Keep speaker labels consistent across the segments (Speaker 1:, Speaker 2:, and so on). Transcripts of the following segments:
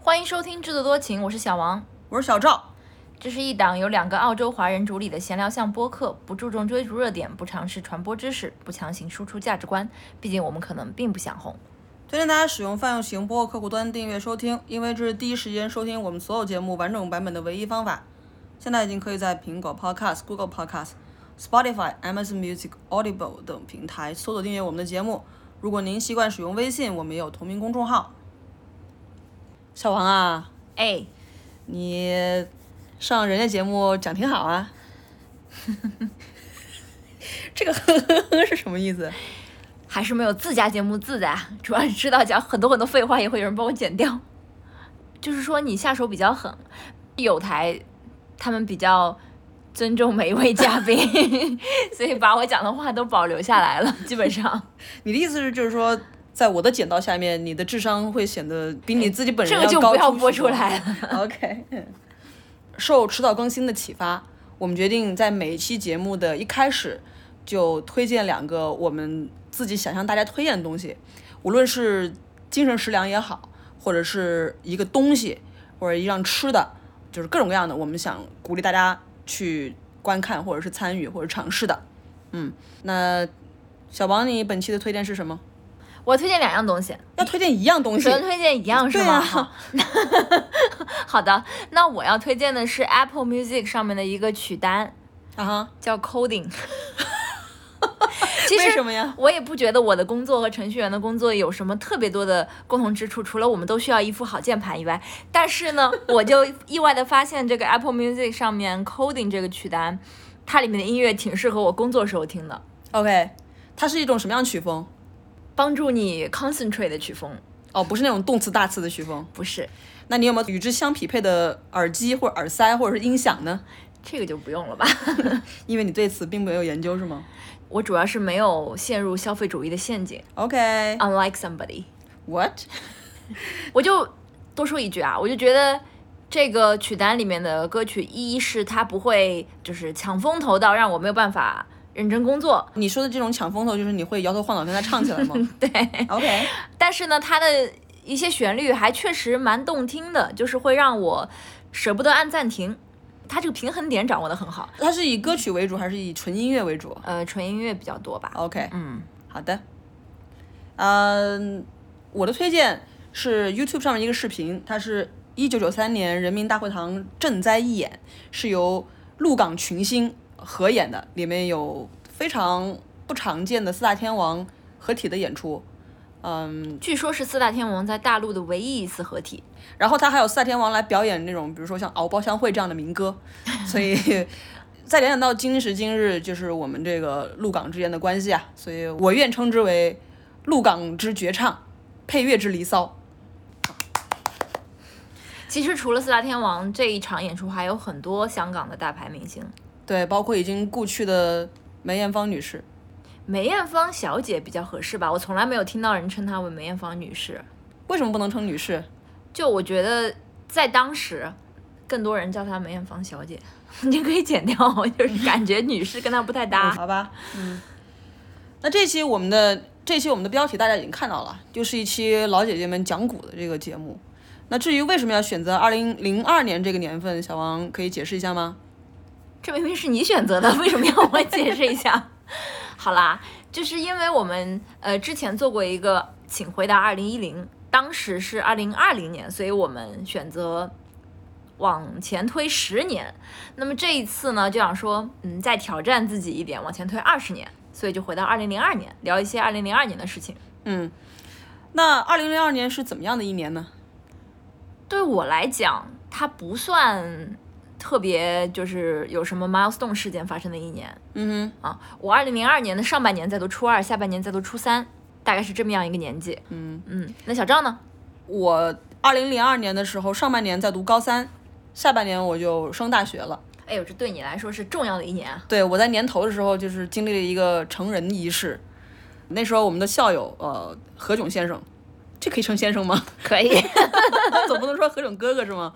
Speaker 1: 欢迎收听《制作多情》，我是小王。
Speaker 2: 我是小赵，
Speaker 1: 这是一档由两个澳洲华人主理的闲聊向播客，不注重追逐热点，不尝试传播知识，不强行输出价值观。毕竟我们可能并不想红。
Speaker 2: 推荐大家使用泛用型播客客户端订阅收听，因为这是第一时间收听我们所有节目完整版本的唯一方法。现在已经可以在苹果 Podcast、Google Podcast、Spotify、Amazon Music、Audible 等平台搜索订阅我们的节目。如果您习惯使用微信，我们也有同名公众号。小王啊，
Speaker 1: 哎，
Speaker 2: 你上人家节目讲挺好啊。 这个呵呵呵是什么意思？
Speaker 1: 还是没有自家节目自在 啊，主要是知道讲很多很多废话，也会有人帮我剪掉。就是说你下手比较狠，有台他们比较尊重每一位嘉宾， 所以把我讲的话都保留下来了，基本上。
Speaker 2: 你的意思是，就是说，在我的剪刀下面，你的智商会显得比你自己本人
Speaker 1: 这个就
Speaker 2: 高
Speaker 1: 不要
Speaker 2: 出
Speaker 1: 播
Speaker 2: 许
Speaker 1: 出
Speaker 2: 多
Speaker 1: 来。
Speaker 2: OK，嗯受迟早更新的启发，我们决定在每一期节目的一开始就推荐两个我们自己想向大家推荐的东西，无论是精神食粮也好，或者是一个东西，或者一样吃的，就是各种各样的，我们想鼓励大家去观看，或者是参与，或者尝试的。嗯，那小王，你本期的推荐是什么？
Speaker 1: 我推荐两样东西，
Speaker 2: 要推荐一 样东西
Speaker 1: 只，能推荐一样是
Speaker 2: 对
Speaker 1: 吗？
Speaker 2: 啊
Speaker 1: 好 好的，那我要推荐的是 Apple Music 上面的一个曲单，
Speaker 2: 啊哈，
Speaker 1: 叫 Coding。其
Speaker 2: 为
Speaker 1: 实
Speaker 2: 什么呀？
Speaker 1: 我也不觉得我的工作和程序员的工作有什么特别多的共同之处，除了我们都需要一副好键盘以外。但是 呢，我就意外的发现这个 Apple Music 上面 Coding 这个曲单，它里面的音乐挺适合我工作时候听的，
Speaker 2: OK，它是一种什么样的曲风？
Speaker 1: 帮助你 concentrate 的曲风，
Speaker 2: 哦，不是那种动词大词的曲风。
Speaker 1: 不是
Speaker 2: 那你有没有与之相匹配的耳机或者耳塞或者是音响呢？
Speaker 1: 这个就不用了吧。
Speaker 2: 因为你对此并没有研究是吗
Speaker 1: 我主要是没有陷入消费主义的陷阱，unlike
Speaker 2: ？OK，What？、
Speaker 1: somebody。我就多说一句啊，我就觉得这个曲单里面的歌曲，一是它不会就是抢风头到让我没有办法认真工作，
Speaker 2: 你说的这种抢风头，就是你会摇头晃脑跟他唱起来吗
Speaker 1: 对，
Speaker 2: ？OK，
Speaker 1: 但是呢，它的一些旋律还确实蛮动听的，就是会让我舍不得按暂停。它这个平衡点掌握的很好，
Speaker 2: 它是以歌曲为主还是以纯音乐为主
Speaker 1: 呃，纯音乐比较多吧。
Speaker 2: ？OK，
Speaker 1: 嗯，
Speaker 2: 好的。嗯、我的推荐是 YouTube 上面一个视频，它是一九九三年人民大会堂赈灾义演，是由陆港群星合演的，里面有非常不常见的四大天王合体的演出。嗯，
Speaker 1: 据说是四大天王在大陆的唯一一次合体。
Speaker 2: 然后他还有四大天王来表演那种，比如说像《敖包相会》这样的民歌，所以再联想到今时今日，就是我们这个陆港之间的关系啊，所以我愿称之为陆港之绝唱，配乐之离骚。
Speaker 1: 其实除了四大天王这一场演出，还有很多香港的大牌明星，
Speaker 2: 对，包括已经故去的梅艳芳女士。
Speaker 1: 梅艳芳小姐比较合适吧？我从来没有听到人称她为梅艳芳女士，
Speaker 2: 为什么不能称女士？
Speaker 1: 就我觉得在当时，更多人叫她梅艳芳小姐， 你可以剪掉，就是感觉女士跟她不太搭。
Speaker 2: 好吧，嗯。那这期我们的这期我们的标题大家已经看到了，就是一期老姐姐们讲股的这个节目。那至于为什么要选择二零零二年这个年份，小王可以解释一下吗？
Speaker 1: 这明明是你选择的，为什么要我解释一下？好啦，就是因为我们呃之前做过一个《请回答二零一零》，当时是二零二零年，所以我们选择往前推十年。那么这一次呢，就想说，嗯，再挑战自己一点，往前推二十年，所以就回到二零零二年，聊一些二零零二年的事情。
Speaker 2: 嗯，那二零零二年是怎么样的一年呢？
Speaker 1: 对我来讲，它不算特别就是有什么 milestone 事件发生的一年，
Speaker 2: 嗯
Speaker 1: 啊，我二零零二年的上半年在读初二，下半年在读初三，大概是这么样一个年纪。嗯嗯，那小赵呢？
Speaker 2: 哼，我二零零二年的时候上半年在读高三，下半年我就升大学了。
Speaker 1: 哎呦，这对你来说是重要的一年啊！
Speaker 2: 对我在年头的时候就是经历了一个成人仪式，那时候我们的校友呃何炅先生，这可以称先生吗？
Speaker 1: 可以，
Speaker 2: 总不能说何炅哥哥是吗？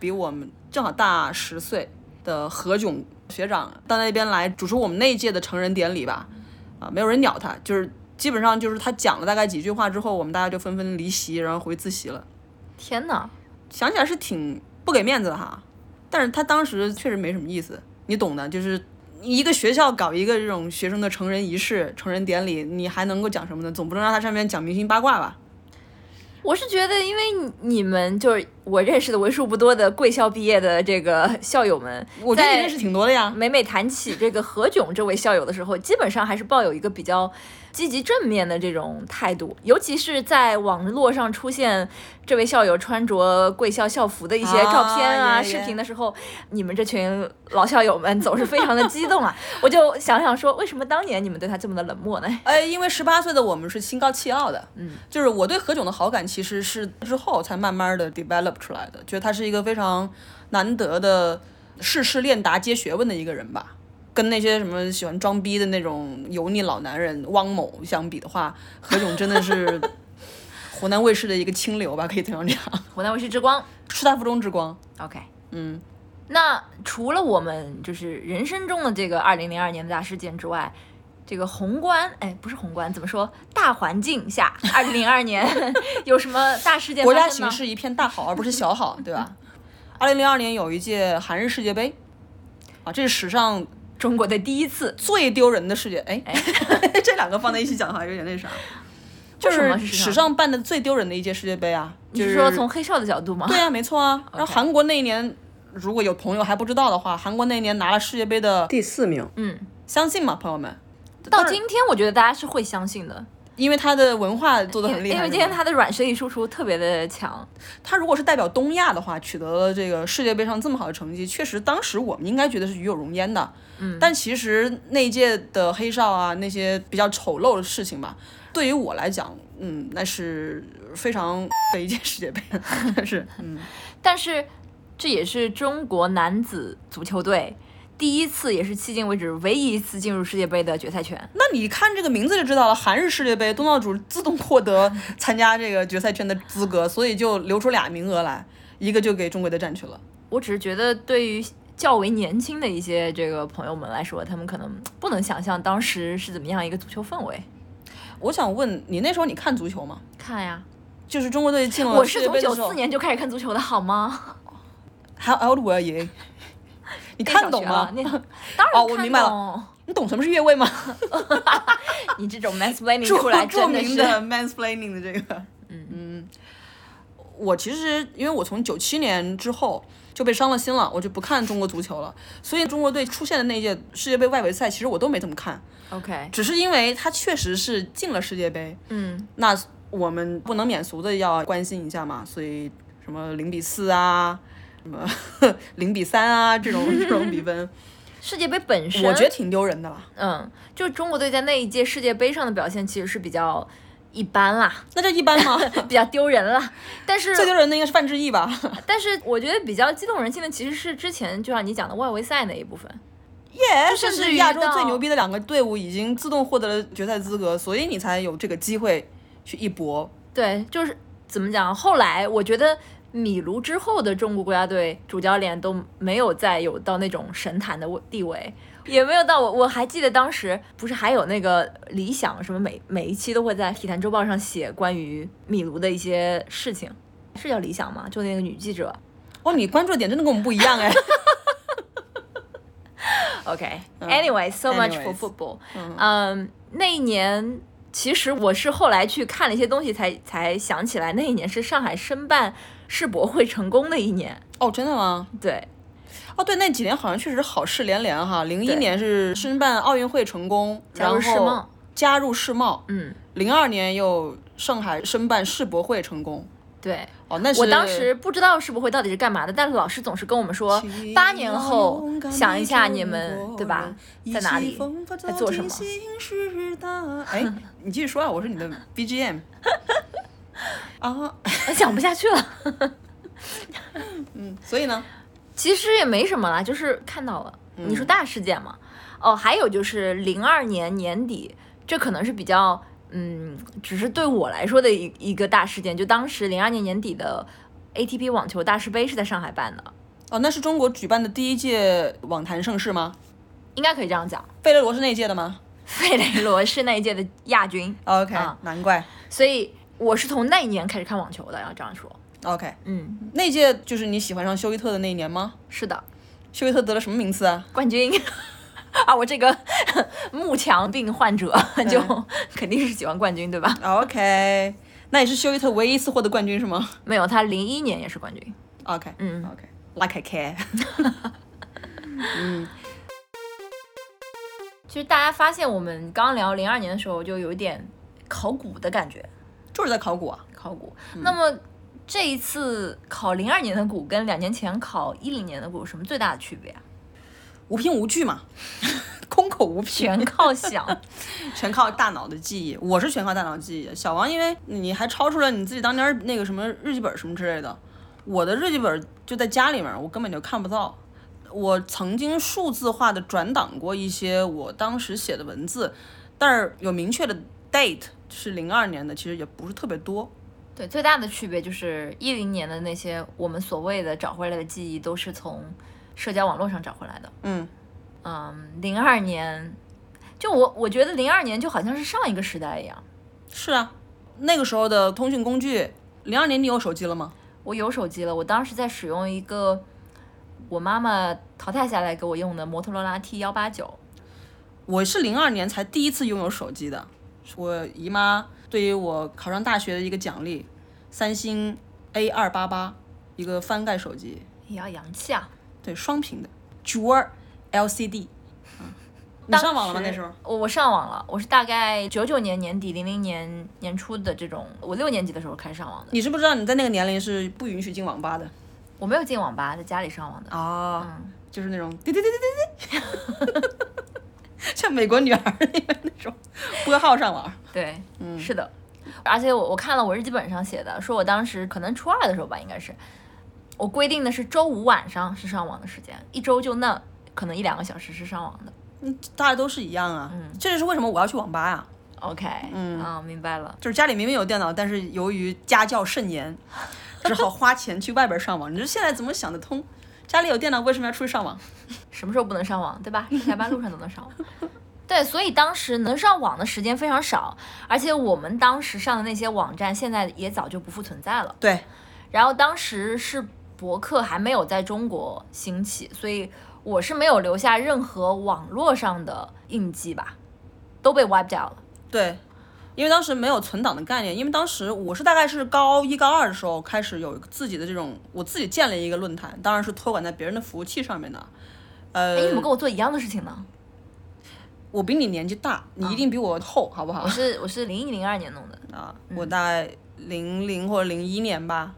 Speaker 2: 比我们正好大十岁的何炅学长到那边来主持我们那一届的成人典礼吧，啊，没有人鸟他，就是基本上就是他讲了大概几句话之后，我们大家就纷纷离席，然后回自习了。
Speaker 1: 天哪，
Speaker 2: 想起来是挺不给面子的哈，但是他当时确实没什么意思，你懂的，就是一个学校搞一个这种学生的成人仪式、成人典礼，你还能够讲什么呢？总不能让他上面讲明星八卦吧？
Speaker 1: 我是觉得，因为你你们就是我认识的为数不多的贵校毕业的这个校友们，
Speaker 2: 我觉得你认识挺多的呀，
Speaker 1: 每每谈起这个何炅这位校友的时候，基本上还是抱有一个比较积极正面的这种态度，尤其是在网络上出现这位校友穿着贵校校服的一些照片啊、
Speaker 2: 啊
Speaker 1: 视
Speaker 2: 耶耶
Speaker 1: 频的时候，你们这群老校友们总是非常的激动啊！ 我就想想说，为什么当年你们对他这么的冷漠呢？
Speaker 2: 哎，因为十八岁的我们是心高气傲的，嗯，就是我对何炅的好感其实是之后才慢慢的 develop 出来的，觉得他是一个非常难得的世事练达皆学问的一个人吧。跟那些什么喜欢装逼的那种油腻老男人汪某相比的话，何炅真 的是湖南卫视的一个清流吧，可以这样讲，
Speaker 1: 湖南卫视之光
Speaker 2: 师大附中之光。
Speaker 1: ，OK。
Speaker 2: 嗯，
Speaker 1: 那除了我们就是人生中的这个二零零二年的大事件之外，这个宏观哎不是宏观怎么说？大环境下，二零零二年 有什么大事件
Speaker 2: 国
Speaker 1: 发
Speaker 2: 家
Speaker 1: 生
Speaker 2: 形
Speaker 1: 呢？
Speaker 2: 势一片大好，而不是小好，对吧？二零零二年有一届韩日世界杯，啊，这是史上
Speaker 1: 中国的第一次，
Speaker 2: 最丢人的世界，哎， 这两个放在一起讲好像有点 那啥，就
Speaker 1: 为什
Speaker 2: 是
Speaker 1: 么是
Speaker 2: 史上办的最丢人的一届世界杯啊！
Speaker 1: 你
Speaker 2: 就是
Speaker 1: 说从黑哨的角度吗？
Speaker 2: 对啊，没错啊。然 后
Speaker 1: OK
Speaker 2: 韩国那一年，如果有朋友还不知道的话，韩国那一年拿了世界杯的，
Speaker 3: 第四名，
Speaker 1: 嗯，
Speaker 2: 相信吗，朋友们？
Speaker 1: 到
Speaker 2: 当然
Speaker 1: 今天我觉得大家是会相信的，
Speaker 2: 因为他的文化做的
Speaker 1: 因
Speaker 2: 很
Speaker 1: 为
Speaker 2: 厉害，
Speaker 1: 因为今
Speaker 2: 是
Speaker 1: 天
Speaker 2: 吧
Speaker 1: 他的软实力输出特别的强，
Speaker 2: 他如果是代表东亚的话，取得了这个世界杯上这么好的成绩，确实当时我们应该觉得是与有荣焉的。嗯，但其实那一届的黑哨啊，那些比较丑陋的事情吧，对于我来讲，嗯，那是非常的一届世界杯， 是嗯，
Speaker 1: 但是这也是中国男子足球队第一次，也是迄今为止唯一一次进入世界杯的决赛圈。
Speaker 2: 那你看这个名字就知道了，韩日世界杯东道主自动获得参加这个决赛圈的资格，所以就留出俩名额来，一个就给中国队占去了。
Speaker 1: 我只是觉得，对于较为年轻的一些这个朋友们来说，他们可能不能想象当时是怎么样一个足球氛围。
Speaker 2: 我想问你，那时候你看足球吗？
Speaker 1: 看呀，
Speaker 2: 就是中国队进
Speaker 1: 我
Speaker 2: 了世
Speaker 1: 是
Speaker 2: 界
Speaker 1: 从
Speaker 2: 杯的
Speaker 1: 九
Speaker 2: 时候
Speaker 1: 四，年就开始看足球的，好吗？
Speaker 2: How old were you？你 看懂吗？
Speaker 1: 念小学啊？那 当然看懂
Speaker 2: 哦我明白 了。你懂什么是越位吗？
Speaker 1: 你这种 mansplaining
Speaker 2: 著
Speaker 1: 出来
Speaker 2: 著
Speaker 1: 真的
Speaker 2: 名
Speaker 1: 是，
Speaker 2: 的 mansplaining 的这个，嗯我其实因为我从九七年之后就被伤了心了，我就不看中国足球了，所以中国队出现的那一届世界杯外围赛，其实我都没怎么看，
Speaker 1: OK，
Speaker 2: 只是因为他确实是进了世界杯，
Speaker 1: 嗯，
Speaker 2: 那我们不能免俗的要关心一下嘛，所以什么零比四啊，什么 零比三啊这种这种比 分，
Speaker 1: 世界杯本身，
Speaker 2: 我觉得挺丢人的啦。
Speaker 1: 嗯，就中国队在那一届世界杯上的表现其实是比较一般啦，
Speaker 2: 那就一 般嘛。
Speaker 1: 比较丢人啦。但是
Speaker 2: 最丢人的应该是范志毅吧？
Speaker 1: 但是我觉得比较激动人心的其实是之前就像你讲的外围赛那一部分。
Speaker 2: 耶，
Speaker 1: 甚
Speaker 2: 甚
Speaker 1: 至
Speaker 2: 至
Speaker 1: 于
Speaker 2: 亚洲
Speaker 1: 到
Speaker 2: 最牛逼的两个队伍已经自动获得了决赛资格，所以你才有这个机会去一搏。
Speaker 1: 对，就是怎么讲？后来我觉得米卢之后的中国国家队主教练都没有再有到那种神坛的位地位，也没有到我我还记得当时不是还有那个理想什么每每一期都会在《体坛周报》上写关于米卢的一些事情，是叫理想吗？就那个女记者。
Speaker 2: 哇，哦你关注的点真的跟我们不一 样哎。
Speaker 1: OK，anyway，so、much for
Speaker 2: anyways
Speaker 1: football。嗯，那一年其实我是后来去看了一些东西才才想起来，那一年是上海申办世博会成功的一年。
Speaker 2: 哦，真的吗？
Speaker 1: 对，
Speaker 2: 哦，对，那几年好像确实好事连连哈。零一
Speaker 1: 对
Speaker 2: 年是申办奥运会成功，
Speaker 1: 加
Speaker 2: 然
Speaker 1: 入
Speaker 2: 后
Speaker 1: 世贸
Speaker 2: 加入世贸。
Speaker 1: 嗯，
Speaker 2: 零二年又上海申办世博会成功。
Speaker 1: 对
Speaker 2: 哦，那是
Speaker 1: 我当时不知道世博会到底是干嘛的，但是老师总是跟我们说
Speaker 2: 请，
Speaker 1: 八年后
Speaker 2: 勇敢地
Speaker 1: 想一下你
Speaker 2: 中国
Speaker 1: 们对吧
Speaker 2: 人，一
Speaker 1: 在哪
Speaker 2: 起
Speaker 1: 里
Speaker 2: 奋发
Speaker 1: 在
Speaker 2: 展
Speaker 1: 做什么
Speaker 2: 进新时代 哎，你继续说啊，我是你的 BGM。啊，
Speaker 1: 讲不下去了。
Speaker 2: 嗯，所以呢，
Speaker 1: 其实也没什么啦，就是看到了。你说大事件嘛？哦，还有就是零二年年底，这可能是比较嗯，只是对我来说的一一个大事件。就当时零二年年底的 ATP 网球大师杯是在上海办的，
Speaker 2: 哦，那是中国举办的第一届网坛盛世吗？
Speaker 1: 应该可以这样讲。
Speaker 2: 费列罗是那一届的吗
Speaker 1: 费雷罗是那一届的亚军，
Speaker 2: ？OK，、
Speaker 1: 啊
Speaker 2: 难怪。
Speaker 1: 所以我是从那一年开始看网球的，要这样说。
Speaker 2: OK，
Speaker 1: 嗯，
Speaker 2: 那届就是你喜欢上休伊特的那一年吗？
Speaker 1: 是的，
Speaker 2: 休伊特得了什么名次啊？
Speaker 1: 冠军。 啊，我这个慕强病患者就肯定是喜欢冠军，对吧？
Speaker 2: OK，那也是休伊特唯一一次获得冠军是吗
Speaker 1: 没有，他零一年也是冠军。
Speaker 2: ？OK，
Speaker 1: 嗯
Speaker 2: ，OK。Like I care，
Speaker 1: 其实大家发现，我们刚聊零二年的时候，就有一点考古的感觉，
Speaker 2: 就是在考古啊。
Speaker 1: 考古。那么这一次考零二年的古，跟两年前考一零年的古有什么最大的区别啊？
Speaker 2: 无凭无据嘛， 空口无凭，
Speaker 1: 全靠想。
Speaker 2: 全靠大脑的记忆。我是全靠大脑记忆的。小王，因为你还超出了你自己当年儿那个什么日记本什么之类的，我的日记本就在家里面儿，我根本就看不到。我曾经数字化的转档过一些我当时写的文字，但是有明确的 date 是零二年的，其实也不是特别多。
Speaker 1: 对，最大的区别就是一零年的那些我们所谓的找回来的记忆，都是从社交网络上找回来的。
Speaker 2: 嗯，
Speaker 1: 嗯，零二年，就我我觉得零二年就好像是上一个时代一样。
Speaker 2: 是啊，那个时候的通讯工具，零二年你有手机了吗？
Speaker 1: 我有手机了，我当时在使用一个我妈妈淘汰下来给我用的摩托罗拉 T 幺八九。
Speaker 2: 我是零二年才第一次拥有手机的，是我姨妈对于我考上大学的一个奖励，三星 A 二八八一个翻盖手机，
Speaker 1: 也要洋气啊！
Speaker 2: 对，双屏的角儿 LCD。嗯，你上网了吗？那时候？
Speaker 1: 我我上网了，我是大概九九年年底、零零年年初的这种，我六年级的时候开始上网的。
Speaker 2: 你知不知道你在那个年龄是不允许进网吧的
Speaker 1: 我没有进网吧，在家里上网的。嗯
Speaker 2: 啊？就是那种滴滴滴滴滴 滴，像美国女孩儿一样那种拨号上网。
Speaker 1: 对，嗯，是的。而且我我看了我日记本上写的，说我当时可能初二的时候吧，应该是我规定的是周五晚上是上网的时间，一周就那可能一两个小时是上网的。
Speaker 2: 嗯，大家都是一样啊。嗯，这就是为什么我要去网吧啊。
Speaker 1: OK，嗯啊，明白了。
Speaker 2: 就是家里明明有电脑，但是由于家教甚严，只好花钱去外边上网。你说现在怎么想得通？家里有电脑，为什么要出去上网？
Speaker 1: 什么时候不能上网，对吧？下班路上都能上网。对，所以当时能上网的时间非常少，而且我们当时上的那些网站现在也早就不复存在了。
Speaker 2: 对，
Speaker 1: 然后当时是博客还没有在中国兴起，所以我是没有留下任何网络上的印记吧，都被 wipe 掉了。
Speaker 2: 对，因为当时没有存档的概念，因为当时我是大概是高一高二的时候开始有自己的这种，我自己建了一个论坛，当然是托管在别人的服务器上面的。
Speaker 1: 哎，
Speaker 2: 呃
Speaker 1: 你，怎么跟我做一样的事情呢？
Speaker 2: 我比你年纪大，你一定比我厚，好不好
Speaker 1: 我？是我是零一零二年弄的，
Speaker 2: 啊，我大概零零或者零一年吧，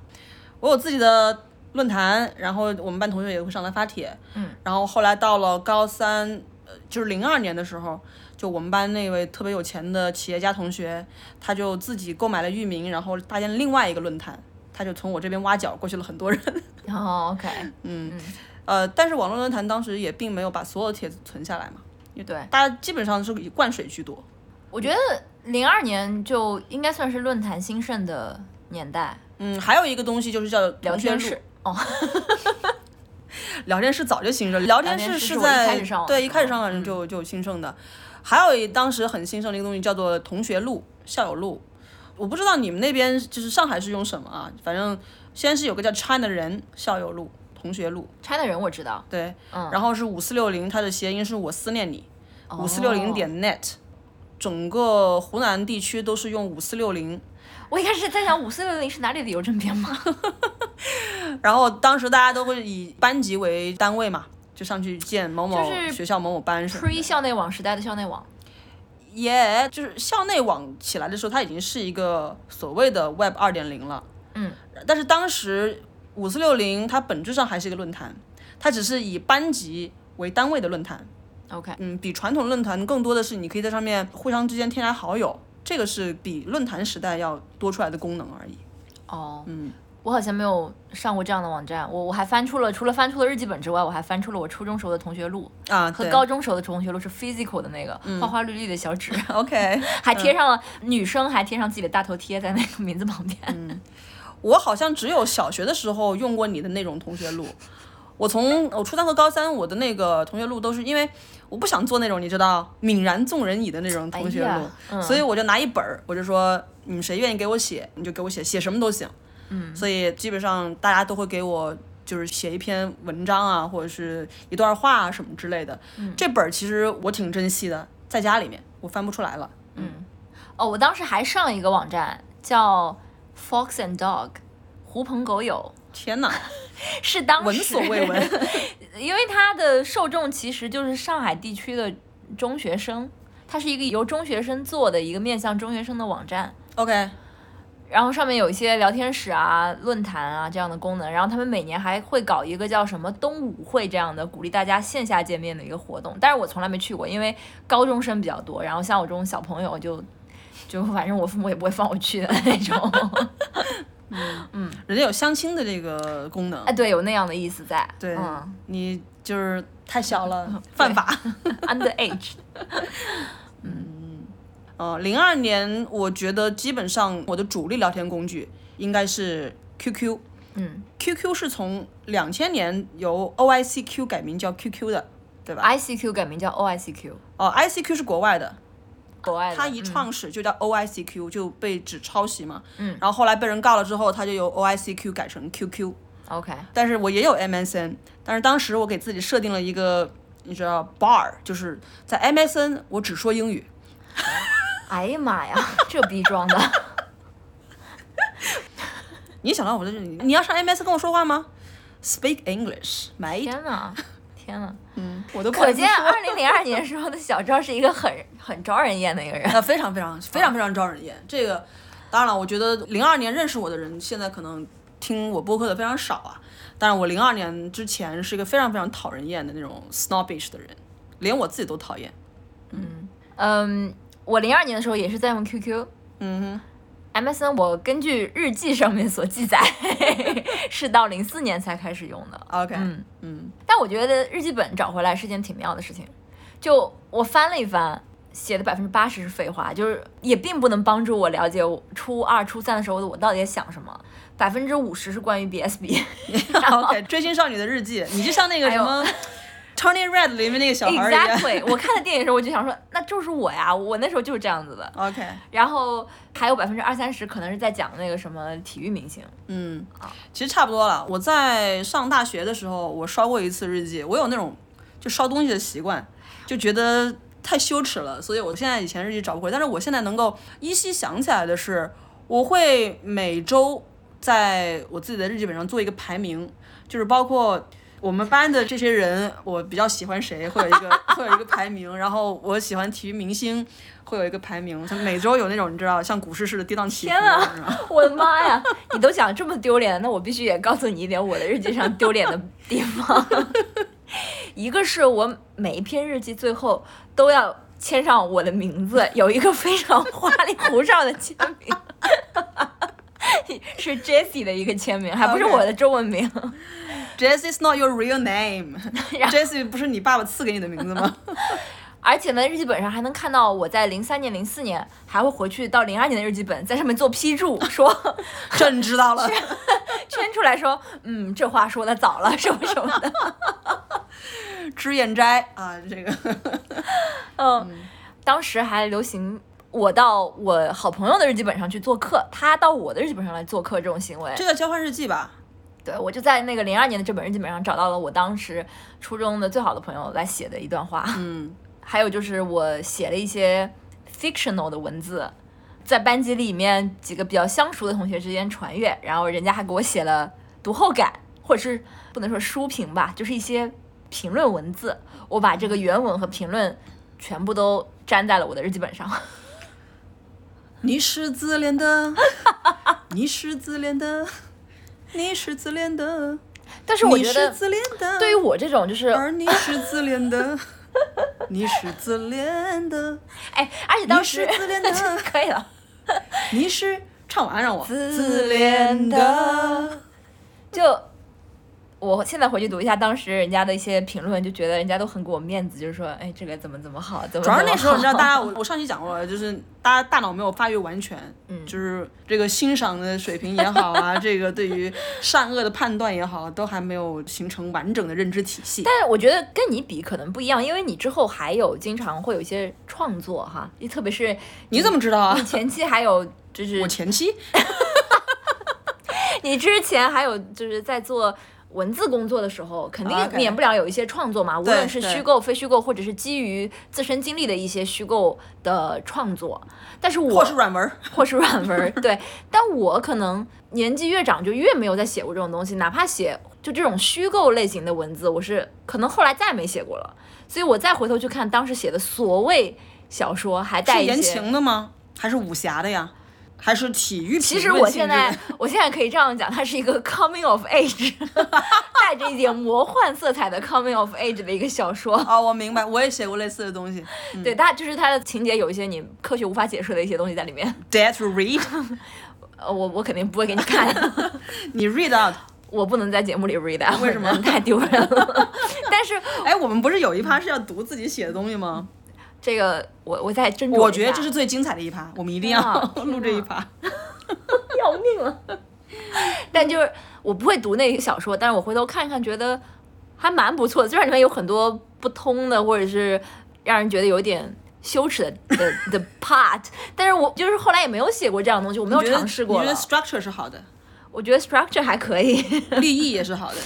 Speaker 2: 我有自己的论坛，然后我们班同学也会上来发帖，
Speaker 1: 嗯，
Speaker 2: 然后后来到了高三，呃，就是零二年的时候，就我们班那位特别有钱的企业家同学，他就自己购买了域名，然后搭建了另外一个论坛，他就从我这边挖角过去了很多人，
Speaker 1: 然后哦 OK，
Speaker 2: 呃，但是网络论坛当时也并没有把所有的帖子存下来嘛，
Speaker 1: 对，
Speaker 2: 大家基本上是以灌水居多，
Speaker 1: 我觉得零二年就应该算是论坛兴盛的年代，
Speaker 2: 嗯，还有一个东西就是叫
Speaker 1: 聊
Speaker 2: 同学
Speaker 1: 天
Speaker 2: 录
Speaker 1: 室哦，
Speaker 2: 聊天室早就兴盛，聊天
Speaker 1: 聊
Speaker 2: 室
Speaker 1: 天室是嗯我一
Speaker 2: 在
Speaker 1: 开始上网的
Speaker 2: 对
Speaker 1: 时
Speaker 2: 一
Speaker 1: 候
Speaker 2: 开始上网就就兴盛的，还有一当时很兴盛的一个东西叫做同学录、校友录，我不知道你们那边就是上海是用什么啊，反正先是有个叫 China 人校友录、同学录，
Speaker 1: China 人我知道，
Speaker 2: 对，
Speaker 1: 嗯
Speaker 2: 然后是五四六零，它的谐音是我思念你，五四六零
Speaker 1: 哦
Speaker 2: 点 net，整个湖南地区都是用五四六零，
Speaker 1: 我一开始在想五四六零是哪里的邮政编码？
Speaker 2: 然后当时大家都会以班级为单位嘛，就上去见某某
Speaker 1: 就是
Speaker 2: 学校某某班什么的
Speaker 1: pre 校内网时代的校内网，
Speaker 2: 耶就是校内网起来的时候，它已经是一个所谓的 Web 二点零了。
Speaker 1: 嗯，
Speaker 2: 但是当时五四六零它本质上还是一个论坛，它只是以班级为单位的论坛。
Speaker 1: OK
Speaker 2: 嗯，比传统论坛更多的是你可以在上面互相之间添加好友，这个是比论坛时代要多出来的功能而已。
Speaker 1: 哦，
Speaker 2: 嗯，
Speaker 1: 我好像没有上过这样的网站，我我还翻出了，除了翻出了日记本之外，我还翻出了我初中时候的同学录
Speaker 2: 啊，
Speaker 1: 和
Speaker 2: 对嗯
Speaker 1: 高中时候的同学录是 physical 的那个、花花绿绿的小纸，
Speaker 2: OK，
Speaker 1: 还贴上了、女生还贴上自己的大头贴在那个名字旁边。
Speaker 2: 嗯我好像只有小学的时候用过你的那种同学录。我从我初三和高三，我的那个同学录都是因为我不想做那种你知道泯然众人矣的那种同学
Speaker 1: 哎
Speaker 2: 录
Speaker 1: 呀，嗯
Speaker 2: 嗯所以我就拿一本儿，我就说你们谁愿意给我写，你就给我写，写什么都行。嗯，所以基本上大家都会给我就是嗯写一篇文章啊，或者是一段话啊什么之类的。
Speaker 1: 嗯
Speaker 2: 这本儿其实我挺珍惜的，在家里面我翻不出来了。
Speaker 1: 哦，我当时还上一个网站叫 Fox and Dog，狐朋狗友，
Speaker 2: 天哪，
Speaker 1: 是当时
Speaker 2: 闻所未闻。
Speaker 1: 因为它的受众其实就是上海地区的中学生，它是一个由中学生做的一个面向中学生的网站。
Speaker 2: OK，
Speaker 1: 然后上面有一些聊天室啊、论坛啊这样的功能，然后他们每年还会搞一个叫什么冬舞会这样的，鼓励大家线下见面的一个活动。但是我从来没去过，因为高中生比较多，然后像我这种小朋友就 就反正我父母也不会放我去的那 种。
Speaker 2: 人家有相亲的这个功能
Speaker 1: 哎，，对，有那样的意思在。
Speaker 2: 对、
Speaker 1: 嗯
Speaker 2: 你就是太小了，犯法。
Speaker 1: ，under age。
Speaker 2: 呃，零二年我觉得基本上我的主力聊天工具应该是 QQ。
Speaker 1: 嗯
Speaker 2: QQ 是从两千年由 OICQ 改名叫 QQ 的，对吧？
Speaker 1: ，ICQ 改名叫 OICQ，
Speaker 2: 哦，ICQ 是国外的，
Speaker 1: 国外的。
Speaker 2: 它一创始就叫 OICQ，就被指抄袭嘛。
Speaker 1: 嗯。
Speaker 2: 然后后来被人告了之后，它就由 OICQ 改成 QQ。
Speaker 1: 嗯 OK，
Speaker 2: 但是我也有 MSN，但是当时我给自己设定了一个，你知道 bar，就是在 MSN 我只说英语，
Speaker 1: 哎呀妈呀， 这逼装 的，
Speaker 2: 你想到我在这里，你要上 MS 跟我说话吗？Speak English，没，
Speaker 1: 天哪，天哪！
Speaker 2: 我都不好
Speaker 1: 可
Speaker 2: 意思
Speaker 1: 见
Speaker 2: 说
Speaker 1: 二零零二年时候的小赵是一个很很招人厌的一个人。
Speaker 2: 那呃非常非常非常非常招人厌。这个，当然了，我觉得零二年认识我的人，现在可能听我播客的非常少啊。但是我零二年之前是一个非常非常讨人厌的那种 snobbish 的人，连我自己都讨厌。
Speaker 1: 嗯，我零二年的时候也是在用 QQ。
Speaker 2: 嗯
Speaker 1: ，MSN 我根据日记上面所记载， 是到零四年才开始用的。
Speaker 2: 哼，OK，
Speaker 1: 嗯，
Speaker 2: 嗯
Speaker 1: 但我觉得日记本找回来是件挺妙的事情。就我翻了一翻，写的百分之八十是废话，就是也并不能帮助我了解我初二、初三的时候我到底在想什么。百分之五十是关于 BSB，
Speaker 2: ，OK，追星少女的日记，你就像那个什么 Turning Red 里面那个小孩儿一样。
Speaker 1: Exactly，我看的电影的时候我就想说，那就是我呀，我那时候就是这样子的。
Speaker 2: OK，
Speaker 1: 然后还有百分之二三十可能是在讲那个什么体育明星。
Speaker 2: 嗯，其实差不多了。我在上大学的时候，我烧过一次日记，我有那种就烧东西的习惯，就觉得太羞耻了，所以我现在以前日记找不回。但是我现在能够依稀想起来的是，我会每周在我自己的日记本上做一个排名，就是包括。我们班的这些人，我比较喜欢谁，会有一 个会有一个排名，然后我喜欢体育明星，会有一个排名。像每周有那种你知道，像股市似的跌宕起伏，
Speaker 1: 天啊
Speaker 2: 你知道吗
Speaker 1: 我的妈呀！你都讲这么丢脸，那我必须也告诉你一点我的日记上丢脸的地方。一个是我每一篇日记最后都要签上我的名字，有一个非常花里胡哨的签名， 是 Jessie 的一个签名，还不是
Speaker 2: OK
Speaker 1: 我的中文名。
Speaker 2: Jesse is not your real name 。Jesse 不是你爸爸赐给你的名字吗？
Speaker 1: 而且呢，日记本上还能看到我在零三年、零四年还会回去到零二年的日记本，在上面做批注，说
Speaker 2: 朕知道了。
Speaker 1: 圈出来说，嗯，这话说的早了，什么什么的。
Speaker 2: 脂砚斋啊，这个
Speaker 1: 嗯，当时还流行我到我好朋友的日记本上去做客，他到我的日记本上来做客这种行为。
Speaker 2: 这叫交换日记吧？
Speaker 1: 对我就在那个零二年的这本日记本上找到了我当时初中的最好的朋友来写的一段话。
Speaker 2: 嗯，
Speaker 1: 还有就是我写了一些 fictional 的文字，在班级里面几个比较相熟的同学之间传阅，然后人家还给我写了读后感，或者是不能说书评吧，就是一些评论文字。我把这个原文和评论全部都粘在了我的日记本上。
Speaker 2: 你是自恋 的，你是自恋的，你是自恋的，
Speaker 1: 但是我
Speaker 2: 你
Speaker 1: 觉
Speaker 2: 是
Speaker 1: 得，
Speaker 2: 自恋的，
Speaker 1: 对于我这种就是，
Speaker 2: 而你是自恋的， 你是自恋的，
Speaker 1: 哎，而且当时
Speaker 2: 你是嗯自恋的
Speaker 1: 可以了。
Speaker 2: 你是唱完让我
Speaker 1: 自恋的。就我现在回去读一下当时人家的一些评论，就觉得人家都很给我面子，就是说，哎，这个怎么怎么好，怎么
Speaker 2: 主要是那时候你知 道，大
Speaker 1: 家
Speaker 2: 家我我上期讲过了，就是大家大脑没有发育完全，嗯，就是这个欣赏的水平也好啊， 这个对于善恶的判断也好，都还没有形成完整的认知体系。
Speaker 1: 但是我觉得跟你比可能不一样，因为你之后还有经常会有一些创作哈，也特别是
Speaker 2: 你怎么知道啊
Speaker 1: 嗯你？前期还有就是
Speaker 2: 我前期
Speaker 1: 你之前还有就是在做文字工作的时候，肯定
Speaker 2: 啊 OK
Speaker 1: 免不了有一些创作嘛，无论是
Speaker 2: 对
Speaker 1: 虚构、非虚构，或者是基于自身经历的一些虚构的创作。但是我
Speaker 2: 或是软文儿，
Speaker 1: 或是软文 儿，对。但我可能年纪越长，就越没有再写过这种东西，哪怕写就这种虚构类型的文字，我是可能后来再也没写过了。所以我再回头去看当时写的所谓小说，还带
Speaker 2: 是
Speaker 1: 一些。
Speaker 2: 言情的吗？还是武侠的呀？还是体育评论性
Speaker 1: 其
Speaker 2: 质
Speaker 1: 实
Speaker 2: 的？
Speaker 1: 我现在，我现在可以这样讲，它是一个 coming of age，带着一点魔幻色彩的 coming of age 的一个小说。
Speaker 2: 哦，我明白，我也写过类似的东西。嗯
Speaker 1: 对，它就是它的情节有一些你科学无法解释的一些东西在里面。
Speaker 2: Dare to read，
Speaker 1: 呃，我我肯定不会给你看，
Speaker 2: 你 read out。
Speaker 1: 我不能在节目里 read out，
Speaker 2: 为什么
Speaker 1: 太丢人了。但是
Speaker 2: 哎，我们不是有一趴是要读自己写的东西吗？
Speaker 1: 这个我我再斟酌一下，
Speaker 2: 我觉得这是最精彩的一趴，我们一定要
Speaker 1: 天
Speaker 2: 录这一趴。
Speaker 1: 要命了。 但就是我不会读那些小说，但是我回头看看，觉得还蛮不错的。虽然里面有很多不通的，或者是让人觉得有点羞耻的的 的 part，但是我就是后来也没有写过这样的东西，我没有
Speaker 2: 你觉得
Speaker 1: 尝试过
Speaker 2: 你
Speaker 1: 了
Speaker 2: 觉得 structure 是好的，
Speaker 1: 我觉得 structure 还可 以。
Speaker 2: 立意也是 好的。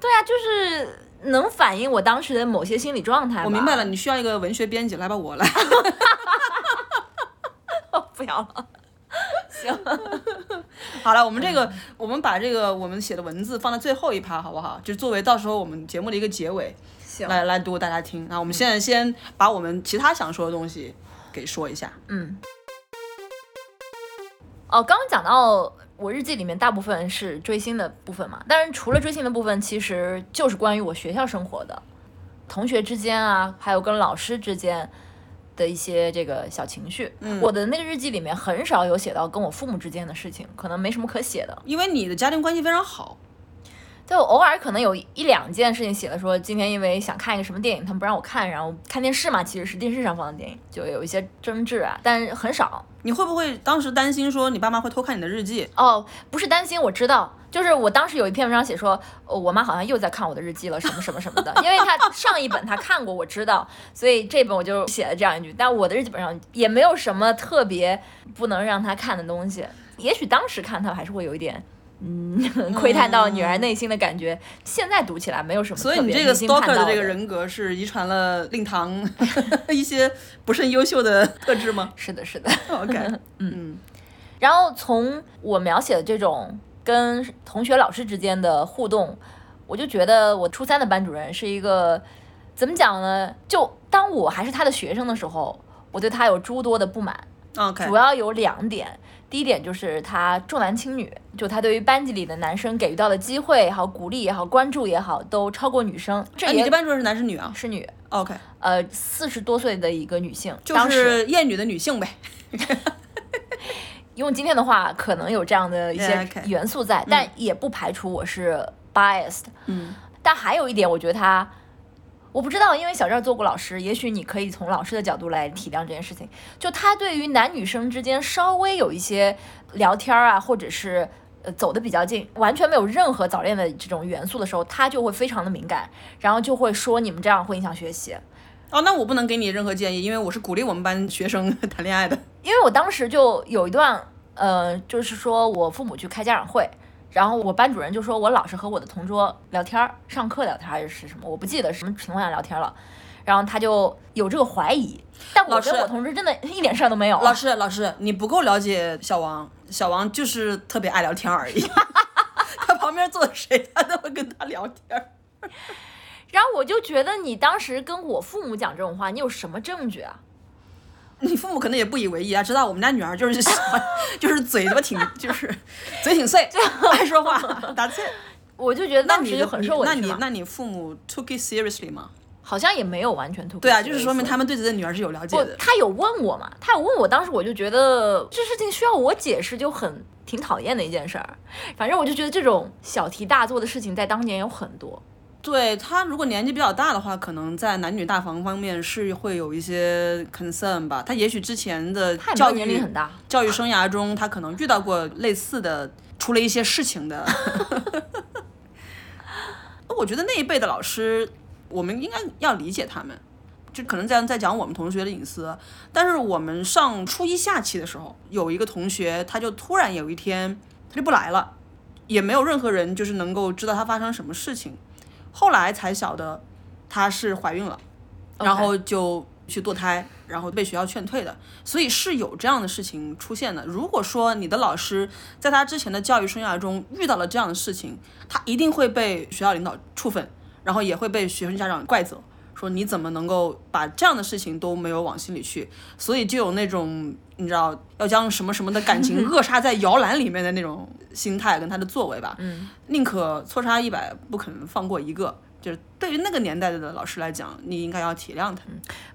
Speaker 1: 对啊，就是能反映我当时的某些心理状态。
Speaker 2: 我明白了，，你需要一个文学编辑，来吧，我来。
Speaker 1: 不要了。
Speaker 2: 好了，我们这
Speaker 1: 嗯
Speaker 2: 个，我们把这个我们写的文字放在最后一趴，好不好？就作为到时候我们节目的一个结尾，
Speaker 1: 行
Speaker 2: 来来读给大家听。那我们现在先把我们其他想说的东西给说一下。
Speaker 1: 嗯。哦，刚刚讲到我日记里面大部分是追星的部分嘛，但是除了追星的部分，其实就是关于我学校生活的，同学之间啊，还有跟老师之间的一些这个小情绪。嗯，我的那个日记里面很少有写到跟我父母之间的事情，可能没什么可写的。
Speaker 2: 因为你的家庭关系非常好，
Speaker 1: 就偶尔可能有一两件事情写了，说今天因为想看一个什么电影，他们不让我看，然后看电视嘛，其实是电视上放的电影，就有一些争执啊，但很少。
Speaker 2: 你会不会当时担心说你爸妈会偷看你的日记？
Speaker 1: 哦，不是担心，我知道，就是我当时有一篇文章写说，哦、我妈好像又在看我的日记了，什么什么什么的，因为 她上一本她看过，我知道，所以这本我就写了这样一句，但我的日记本上也没有什么特别不能让她看的东西，也许当时看她还是会有一点。嗯， 窥探到女儿内心的感觉，现在读起来没有什么特
Speaker 2: 所
Speaker 1: 别
Speaker 2: 以你这个
Speaker 1: 明星看
Speaker 2: stalker
Speaker 1: 到
Speaker 2: 的
Speaker 1: 的
Speaker 2: 这个人格是遗传了令堂 一些不甚优秀的特质 吗
Speaker 1: 是的，是的。
Speaker 2: ？OK，嗯，
Speaker 1: 然后从我描写的这种跟同学、老师之间的互动，我就觉得我初三的班主任是一个怎么讲呢？就当我还是他的学生的时候，我对他有诸多的不满，
Speaker 2: OK，
Speaker 1: 主要有两点。第一点就是他重男轻女，就他对于班级里的男生给予到的机会也好、鼓励也好、关注也好，都超过女生。这
Speaker 2: 哎，你
Speaker 1: 也
Speaker 2: 这班主任是男是女啊
Speaker 1: 是女，
Speaker 2: ？OK，
Speaker 1: 呃，四十多岁的一个女性，
Speaker 2: 就
Speaker 1: 当时
Speaker 2: 是厌女的女性呗。
Speaker 1: 用今天的话，可能有这样的一些
Speaker 2: Yeah, okay.
Speaker 1: 元素在，但也不排除我是 biased。
Speaker 2: 嗯，
Speaker 1: 但还有一点，我觉得他，我不知道，因为小赵做过老师，也许你可以从老师的角度来体谅这件事情。就他对于男女生之间稍微有一些聊天啊，或者是。呃，走得比较近，完全没有任何早恋的这种元素的时候，他就会非常的敏感，然后就会说你们这样会影响学习。
Speaker 2: 哦，那我不能给你任何建议，因为我是鼓励我们班学生 谈恋爱的。
Speaker 1: 因为我当时就有一段，呃，就是说我父母去开家长会，然后我班主任就说我老是和我的同桌聊天儿，上课聊天儿还是什么，我不记得什么情况下聊天了，然后他就有这个怀疑，但我
Speaker 2: 老师
Speaker 1: 跟我同桌真的一点事儿都没有。
Speaker 2: 老师，老师，你不够了解小王，小王就是特别爱聊天而已。 他旁边坐谁，他都会跟他聊天儿。
Speaker 1: 然后我就觉得你当时跟我父母讲这种话，你有什么证据 啊？
Speaker 2: 你父母可能也不以为意啊，知道我们家女儿就是喜欢， 就是嘴他妈挺，就是 嘴挺碎，爱说话，打字。
Speaker 1: 我就觉得
Speaker 2: 那
Speaker 1: 当
Speaker 2: 你
Speaker 1: 时
Speaker 2: 的
Speaker 1: 就很
Speaker 2: 你
Speaker 1: 受委
Speaker 2: 那
Speaker 1: 屈
Speaker 2: 你
Speaker 1: 嘛，
Speaker 2: 那你父母 took it seriously 吗？
Speaker 1: 好像也没有完全突
Speaker 2: 对啊，就是说明他们对自己的女儿是有了解
Speaker 1: 不，
Speaker 2: 的。
Speaker 1: 他有问我嘛？他有问我，当时我就觉得这事情需要我解释，就很挺讨厌的一件事儿。反正我就觉得这种小题大做的事情在当年有很多。
Speaker 2: 对他如果年纪比较大的话，可能在男女大防方面是会有一些 concern 吧。他也许之前的
Speaker 1: 他也没
Speaker 2: 教
Speaker 1: 有
Speaker 2: 育
Speaker 1: 年龄很大，
Speaker 2: 教育生涯中，他可能遇到过类似的，出了一些事情的。 我觉得那一辈的老师，我们应该要理解他们，就可能在在讲我们同学的隐私。但是我们上初一下期的时候，有一个同学，他就突然有一天他就不来了，也没有任何人就是能够知道她发生什么事情。后来才晓得她是怀孕了，然后就去堕胎，然后被学校劝退的。所以是有这样的事情出现的。如果说你的老师在他之前的教育生涯中遇到了这样的事情，他一定会被学校领导处分，然后也会被学生家长怪责。说你怎么能够把这样的事情都没有往心里去？所以就有那种你知道要将什么什么的感情扼杀在摇篮里面的那种心态跟他的作为吧。嗯，宁可错杀一百，不肯放过一个。就是对于那个年代的老师来讲，你应该要体谅他。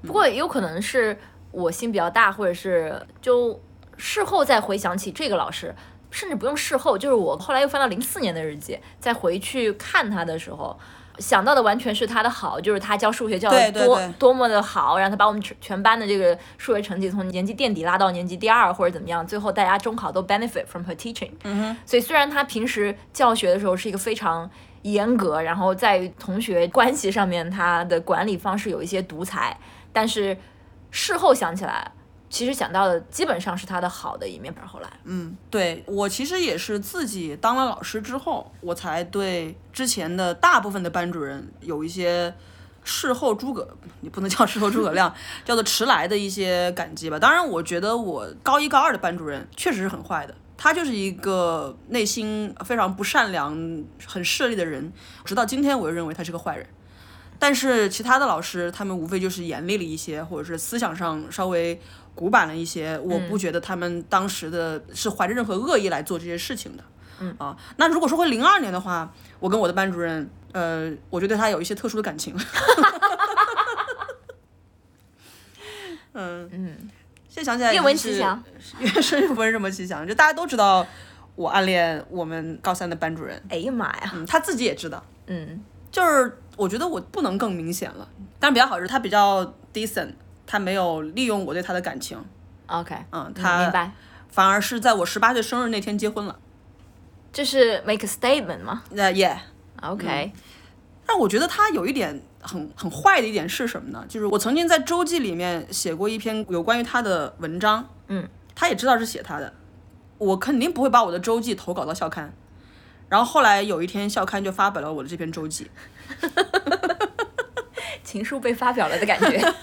Speaker 1: 不过也有可能是我心比较大，或者是就事后再回想起这个老师，甚至不用事后，就是我后来又翻到零四年的日记，再回去看他的时候。想到的完全是他的好，就是他教数学教
Speaker 2: 对
Speaker 1: 的
Speaker 2: 对
Speaker 1: 多
Speaker 2: 对
Speaker 1: 多么的好，然后他把我们全全班的这个数学成绩从年级垫底拉到年级第二或者怎么样，最后大家中考都 benefit from her teaching。嗯所以虽然他平时教学的时候是一个非常严格，然后在同学关系上面他的管理方式有一些独裁，但是事后想起来，其实想到的基本上是他的好的一面。后来，
Speaker 2: 嗯，对我其实也是自己当了老师之后，我才对之前的大部分的班主任有一些事后诸葛，也不能叫事后诸葛亮，叫做迟来的一些感激吧。当然，我觉得我高一高二的班主任确实是很坏的。他就是一个内心非常不善良、很势利的人，直到今天我又认为他是个坏人。但是其他的老师，他们无非就是严厉了一些，或者是思想上稍微古板了一些。我不觉得他们当时的是怀着任何恶意来做这些事情的。嗯啊，那如果说回零二年的话，我跟我的班主任，呃，我就对他有一些特殊的感情。 嗯嗯，现在想起来
Speaker 1: 愿闻
Speaker 2: 已经
Speaker 1: 其
Speaker 2: 是
Speaker 1: 详，
Speaker 2: 是温什么其详，就大家都知道我暗恋我们高三的班主任，
Speaker 1: 哎呀妈呀，
Speaker 2: 嗯，他自己也知道。
Speaker 1: 嗯，
Speaker 2: 就是我觉得我不能更明显了，但比较好是他比较 decent，他没有利用我对他的感情，
Speaker 1: OK，
Speaker 2: 嗯他
Speaker 1: 明白，
Speaker 2: 反而是在我十八岁生日那天结婚了。
Speaker 1: 这是 make a statement 吗
Speaker 2: 那、也，
Speaker 1: ？OK，、
Speaker 2: 嗯但我觉得他有一点很很坏的一点是什么呢？就是我曾经在周记里面写过一篇有关于他的文章，
Speaker 1: 嗯，
Speaker 2: 他也知道是写他的，我肯定不会把我的周记投稿到校刊。然后后来有一天，校刊就发表了我的这篇周记，
Speaker 1: 情书被发表了的感 觉。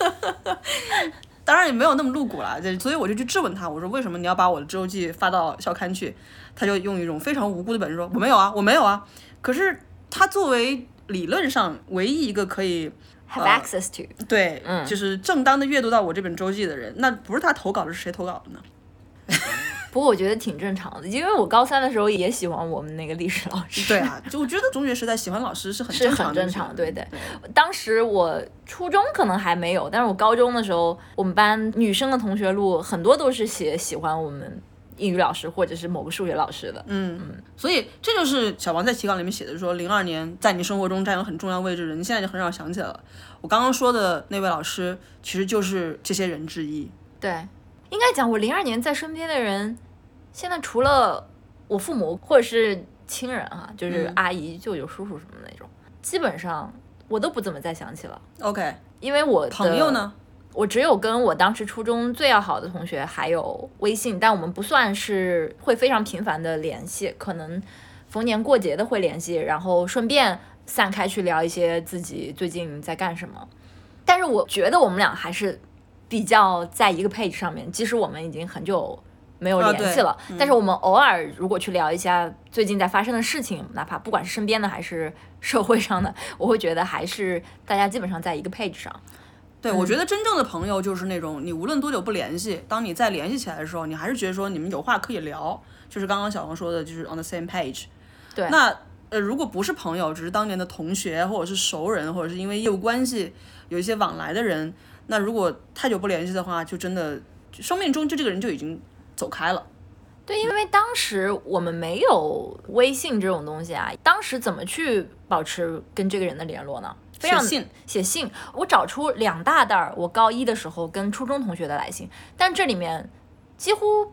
Speaker 2: 当然也没有那么露骨了，这所以我就去质问他，我说为什么你要把我的周记发到校刊去？他就用一种非常无辜的表情说我没有啊，我没有啊。可是他作为理论上唯一一个可以
Speaker 1: have access to，
Speaker 2: 对，
Speaker 1: 嗯
Speaker 2: 就是正当的阅读到我这本周记的人，那不是他投稿的是谁投 稿的呢？
Speaker 1: 不过我觉得挺正常的，因为我高三的时候也喜欢我们那个历史老师，
Speaker 2: 对啊，就我觉得中学时代喜欢老师是很
Speaker 1: 是
Speaker 2: 正
Speaker 1: 很
Speaker 2: 常的
Speaker 1: 正
Speaker 2: 事情，
Speaker 1: 常，对的。
Speaker 2: 对
Speaker 1: 当时我初中可能还没有，但是我高中的时候，我们班女生的同学录很多都是写喜欢我们英语老师或者是某个数学老师的，
Speaker 2: 嗯所以这就是小王在提纲里面写的说，零二年在你生活中占有很重要位置的人，现在就很少想起来了。我刚刚说的那位老师，其实就是这些人之一。
Speaker 1: 对，应该讲我零二年在身边的人，现在除了我父母或者是亲人啊，就是
Speaker 2: 嗯
Speaker 1: 阿姨、舅舅、叔叔什么的那种，基本上我都不怎么再想起了，
Speaker 2: OK，
Speaker 1: 因为我的
Speaker 2: 朋友呢？
Speaker 1: 我只有跟我当时初中最要好的同学还有微信，但我们不算是会非常频繁的联系，可能逢年过节的会联系，然后顺便散开去聊一些自己最近在干什么。但是我觉得我们俩还是比较在一个 page 上面，即使我们已经很久没有
Speaker 2: 啊
Speaker 1: 联系
Speaker 2: 对
Speaker 1: 了，但是我们偶尔如果去聊一下最近在发生的事情，哪怕不管是身边的还是社会上的，我会觉得还是大家基本上在一个 page 上。
Speaker 2: 对，我觉得真正的朋友就是那种你无论多久不联系，当你再联系起来的时候，你还是觉得说你们有话可以聊，就是刚刚小王说的，就是 on the same page。
Speaker 1: 对
Speaker 2: 那呃，如果不是朋友，只是当年的同学或者是熟人，或者是因为业务关系有一些往来的人，那如果太久不联系的话，就真的就生命中就这个人就已经走开了。
Speaker 1: 对，因为当时我们没有微信这种东西啊，当时怎么去保持跟这个人的联络呢？非常
Speaker 2: 写信，
Speaker 1: 写信，我找出两大袋儿我高一的时候跟初中同学的来信，但这里面几乎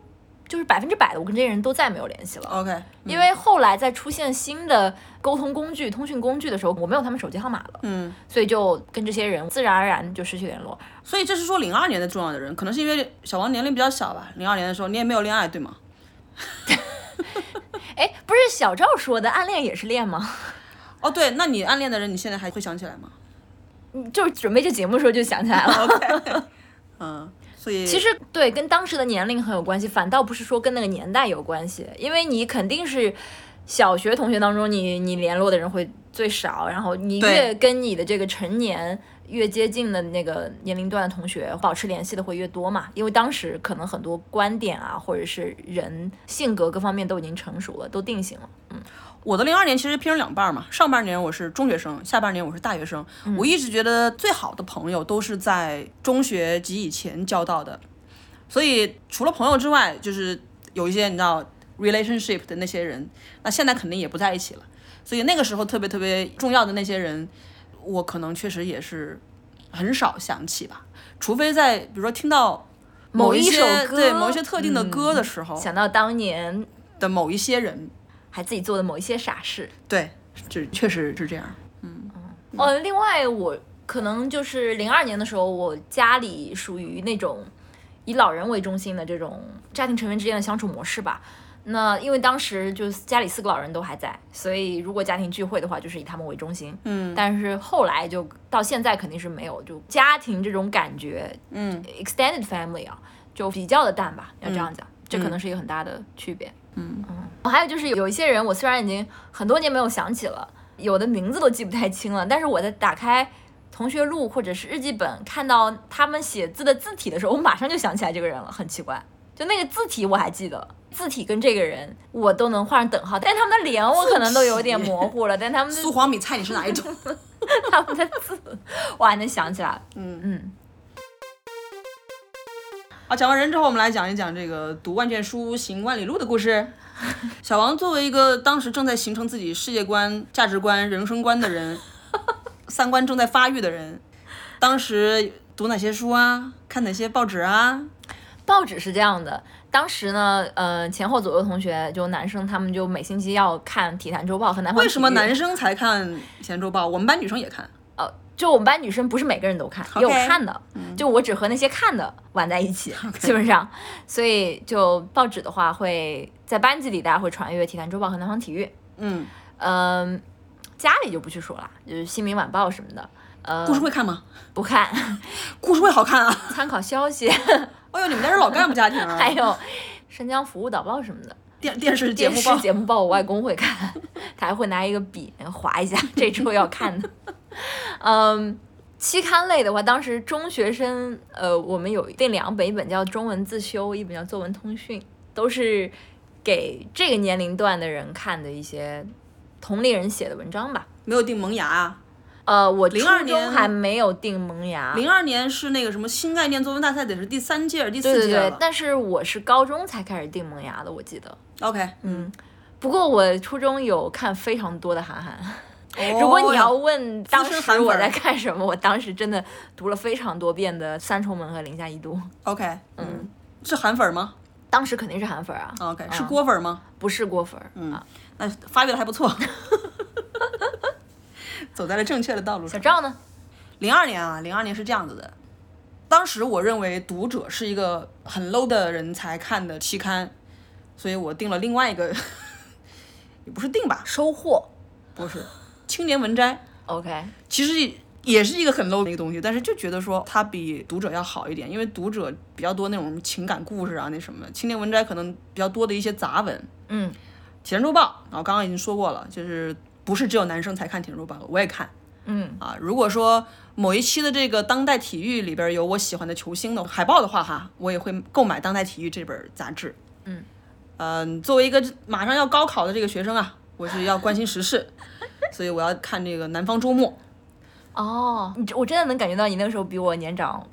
Speaker 1: 就是百分之百的我跟这些人都再没有联系了。
Speaker 2: OK，
Speaker 1: 因为后来在出现新的沟通工具、通讯工具的时候，我没有他们手机号码了，
Speaker 2: 嗯，
Speaker 1: 所以就跟这些人自然而然就失去联络。
Speaker 2: 所以这是说零二年的重要的人，可能是因为小王年龄比较小吧，零二年的时候你也没有恋爱对吗？
Speaker 1: 哎，不是小赵说的，暗恋也是恋吗？
Speaker 2: 哦，对，那你暗恋的人，你现在还会想起来吗
Speaker 1: 嗯就是准备这节目的时候就想起来了。
Speaker 2: ？OK，嗯，所以
Speaker 1: 其实对，跟当时的年龄很有关系，反倒不是说跟那个年代有关系，因为你肯定是小学同学当中你，你联络的人会最少，然后你
Speaker 2: 对
Speaker 1: 越跟你的这个成年越接近的那个年龄段的同学保持联系的会越多嘛，因为当时可能很多观点啊，或者是人性格各方面都已经成熟了，都定型了。
Speaker 2: 我的零二年其实分成两半儿嘛，上半年我是中学生，下半年我是大学生。
Speaker 1: 嗯
Speaker 2: 我一直觉得最好的朋友都是在中学及以前交到的，所以除了朋友之外，就是有一些你知道 relationship 的那些人，那现在肯定也不在一起了。所以那个时候特别特别重要的那些人，我可能确实也是很少想起吧，除非在比如说听到
Speaker 1: 某
Speaker 2: 一
Speaker 1: 一
Speaker 2: 些
Speaker 1: 首歌，
Speaker 2: 对某一些特定的歌的时候
Speaker 1: 嗯，想到当年
Speaker 2: 的某一些人，
Speaker 1: 还自己做的某一些傻事。
Speaker 2: 对，这确实是这样。
Speaker 1: 呃，另外我可能就是零二年的时候，我家里属于那种以老人为中心的这种家庭成员之间的相处模式吧。那因为当时就是家里四个老人都还在，所以如果家庭聚会的话，就是以他们为中心。
Speaker 2: 嗯，
Speaker 1: 但是后来就到现在肯定是没有，就家庭这种感觉
Speaker 2: 嗯。
Speaker 1: ，extended family 啊，就比较的淡吧，要这样讲，这可能是一个很大的区别。
Speaker 2: 嗯
Speaker 1: 嗯，还有就是有一些人，我虽然已经很多年没有想起了，有的名字都记不太清了，但是我在打开同学录或者是日记本，看到他们写字的字体的时候，我马上就想起来这个人了，很奇怪，就那个字体我还记得。字体跟这个人我都能画上等号，但他们的脸我可能都有点模糊了，但他 们的
Speaker 2: 苏黄米菜你是哪一种？
Speaker 1: 他们的字 我还能想起来。
Speaker 2: 嗯
Speaker 1: 嗯，
Speaker 2: 啊，讲完人之后，我们来讲一讲这个读万卷书行万里路的故事。 小王作为一个当时正在形成自己世界观、价值观、人生观的人， 三观正在发育的人，当时读哪些书啊？看哪些报纸啊？
Speaker 1: 报纸是这样的，当时呢，呃，前后左右同学就男生他们就每星期要看《体坛周报》和《南方
Speaker 2: 为什么
Speaker 1: 体育
Speaker 2: 男生才看《钱周报》？我们班女生也看。
Speaker 1: 呃，就我们班女生不是每个人都看，也有看的，
Speaker 2: 嗯
Speaker 1: 就我只和那些看的玩在一起，基本上，所以就报纸的话会在班级里大家会传阅《体坛周报》和《南方体育》，
Speaker 2: 嗯，
Speaker 1: 嗯、家里就不去说了，就是《新民晚报》什么的，呃，
Speaker 2: 故事会看吗？
Speaker 1: 不看，
Speaker 2: 故事会好看啊！
Speaker 1: 参考消息，
Speaker 2: 哎呦，你们家是老干部家庭啊！
Speaker 1: 还有《生姜服务导报》什么的。
Speaker 2: 电电视节
Speaker 1: 电
Speaker 2: 目
Speaker 1: 视
Speaker 2: 报，
Speaker 1: 节目报我外公会 看，他还会拿一个笔呃划一下 这周要看的。 嗯，期刊类的话，当时中学生呃，我们有定两本，一本叫《中文自修》，一本叫《作文通讯》，都是给这个年龄段的人看的一些同龄人写的文章吧。
Speaker 2: 没有定萌芽啊。
Speaker 1: 呃，我初
Speaker 2: 02年
Speaker 1: 中还没有定萌芽，
Speaker 2: 零二年是那个什么新概念作文大赛，得是第三届、第
Speaker 1: 对
Speaker 2: 四
Speaker 1: 对
Speaker 2: 届了。
Speaker 1: 对，但是我是高中才开始定萌芽的，我记得。
Speaker 2: OK，
Speaker 1: 嗯，不过我初中有看非常多的韩寒。
Speaker 2: 哦
Speaker 1: 如果你要问当
Speaker 2: 资深
Speaker 1: 时
Speaker 2: 韩粉
Speaker 1: 我
Speaker 2: 儿
Speaker 1: 在看什么，我当时真的读了非常多遍的《三重门》和《零下一度》，
Speaker 2: OK，嗯，是韩粉吗
Speaker 1: 当时肯定是韩粉儿啊，
Speaker 2: 哦？OK，是
Speaker 1: 嗯
Speaker 2: 郭嗯粉吗？
Speaker 1: 不是郭粉儿、啊。
Speaker 2: 那发育的还不错， 走在了正确的道路
Speaker 1: 小
Speaker 2: 上。
Speaker 1: 赵呢？
Speaker 2: 零二年啊，零二年是这样子的，当时我认为《读者》是一个很 low 的人才看的期刊，所以我定了另外一个， 也不是定吧，
Speaker 1: 收获
Speaker 2: 不是《青年文摘》。
Speaker 1: OK，
Speaker 2: 其实也是一个很 low 的一个东西，但是就觉得说它比读者要好一点，因为读者比较多那种情感故事啊，那什么青年文摘可能比较多的一些杂文，《
Speaker 1: 嗯，
Speaker 2: 铁人周报》，然后刚刚已经说过了，就是不是只有男生才看《铁人周报》，我也看，
Speaker 1: 嗯
Speaker 2: 啊，如果说某一期的这个当代体育里边有我喜欢的球星的海报的话，哈，我也会购买《当代体育》这本杂志。
Speaker 1: 嗯，
Speaker 2: 嗯、作为一个马上要高考的这个学生啊，我是要关心时事，所以我要看这个《南方周末》。
Speaker 1: 哦，你我真的能感觉到你那个时候比我年 长，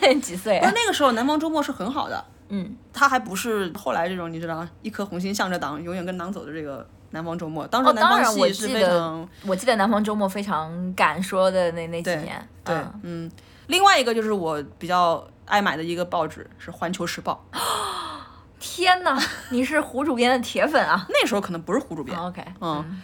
Speaker 1: 嘿， 几岁、
Speaker 2: 但
Speaker 1: 啊？
Speaker 2: 那个时候南方周末是很好的，
Speaker 1: 嗯，
Speaker 2: 它还不是后来这种你知道一颗红心向着党，永远跟党走的这个南方周末。当时
Speaker 1: 哦，
Speaker 2: 南
Speaker 1: 当
Speaker 2: 方
Speaker 1: 然我
Speaker 2: 系是
Speaker 1: 记
Speaker 2: 非常、
Speaker 1: 得，我记得南方周末非常敢说的那那几
Speaker 2: 对
Speaker 1: 年，
Speaker 2: 对
Speaker 1: 嗯，
Speaker 2: 嗯。另外一个就是我比较爱买的一个报纸是《环球时报》，
Speaker 1: 天哪，你是胡主编的铁粉啊哦
Speaker 2: 那时候可能不是胡主编，
Speaker 1: ！OK，
Speaker 2: 嗯，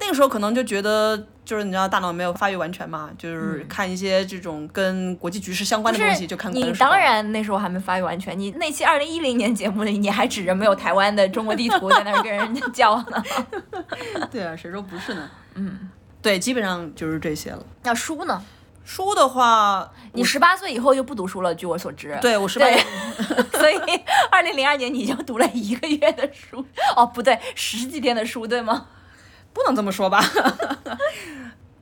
Speaker 2: 那个时候可能就觉得就是你知道大脑没有发育完全嘛，就是看一些这种跟国际局势相关的
Speaker 1: 就
Speaker 2: 东
Speaker 1: 嗯是
Speaker 2: 西就看国
Speaker 1: 你
Speaker 2: 际时报
Speaker 1: 当然那时候还没发育完全，你那期二零一零年节目里，你还指着没有台湾的中国地图在那儿跟人家叫呢。
Speaker 2: 对啊，谁说不是呢？嗯，对，基本上就是这些了。
Speaker 1: 那书呢？
Speaker 2: 书的话，
Speaker 1: 你十八岁以后就不读书了，据我所知。
Speaker 2: 对我是
Speaker 1: 对，所以二零零二年你就读了一个月的书，哦，不对，十几天的书，对吗？
Speaker 2: 不能这么说吧？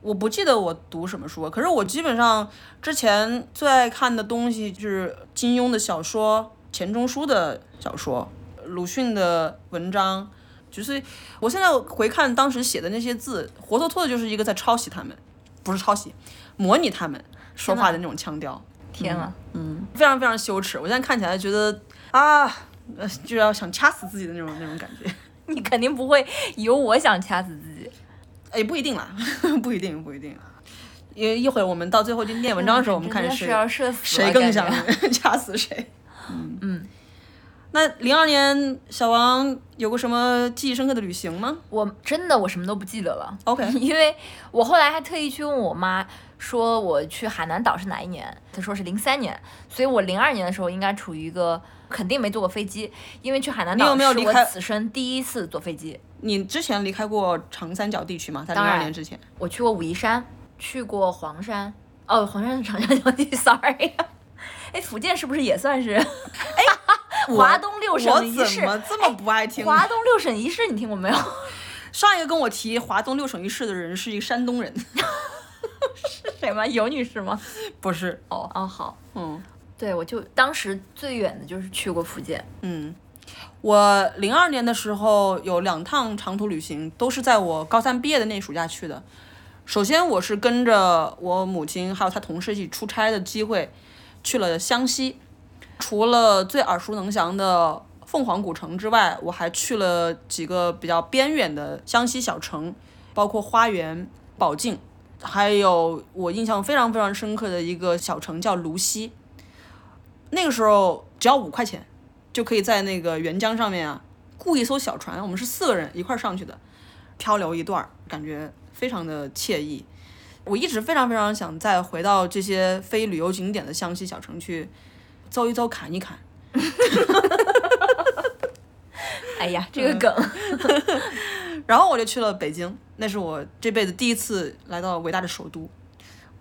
Speaker 2: 我不记得我读什么书，可是我基本上之前最爱看的东西就是金庸的小说、钱钟书的小说、鲁迅的文章，就是我现在回看当时写的那些字，活脱脱的就是一个在抄袭他们，不是抄袭，模拟他们说话的那种腔调，
Speaker 1: 天啊！
Speaker 2: 非常非常羞耻。我现在看起来觉得啊，呃就要想掐死自己的那种那种感觉。
Speaker 1: 你肯定不会有我想掐死自己。
Speaker 2: 也不一定啦， 不一定，不一定。因为一会儿我们到最后就念文章的时候，我们看
Speaker 1: 真的
Speaker 2: 谁
Speaker 1: 是要社死
Speaker 2: 谁
Speaker 1: 了
Speaker 2: 更
Speaker 1: 感
Speaker 2: 想
Speaker 1: 觉
Speaker 2: 掐死谁。 嗯那零二年小王有过什么记忆深刻的旅行吗？
Speaker 1: 我真的我什么都不记得了。
Speaker 2: OK
Speaker 1: 因为我后来还特意去问我妈，说我去海南岛是哪一年？她说是零三年，所以我零二年的时候应该处于一个肯定没坐过飞机，因为去海南
Speaker 2: 你有
Speaker 1: 岛
Speaker 2: 没有
Speaker 1: 是
Speaker 2: 离
Speaker 1: 我
Speaker 2: 开
Speaker 1: 此生第一次坐飞机。
Speaker 2: 你之前离开过长三角地区吗？在零
Speaker 1: 当
Speaker 2: 二
Speaker 1: 然
Speaker 2: 年之前，
Speaker 1: 我去过武夷山，去过黄山，哦，黄山是长江交界，sorry。哎， 福建是不是也算 是？哎， 华东六
Speaker 2: 哎我
Speaker 1: 省一
Speaker 2: 怎
Speaker 1: 市，
Speaker 2: 么这么不爱听？
Speaker 1: 哎华东六省一市，你听过没有？
Speaker 2: 上一个跟我提华东六省一市的人是一个山东 人，
Speaker 1: 是谁吗？尤女士吗？
Speaker 2: 不是？
Speaker 1: 哦哦，好，
Speaker 2: 嗯
Speaker 1: 对，我就当时最远的就是去过福建，
Speaker 2: 嗯，我零二年的时候有两趟长途旅行，都是在我高三毕业的那暑假去的。首先，我是跟着我母亲还有她同事一起出差的机会，去了湘西。除了最耳熟能详的凤凰古城之外，我还去了几个比较边远的湘西小城，包括花园、宝静，还有我印象非常非常深刻的一个小城叫泸溪。那个时候只要五块钱，就可以在那个沅江上面啊，雇一艘小船，我们是四个人一块儿上去的，漂流一段儿，感觉非常的惬意。我一直非常非常想再回到这些非旅游景点的湘西小城去走一走、砍一砍。
Speaker 1: 哎呀，这个
Speaker 2: 嗯
Speaker 1: 梗，
Speaker 2: 然后我就去了北京，那是我这辈子第一次来到伟大的首都。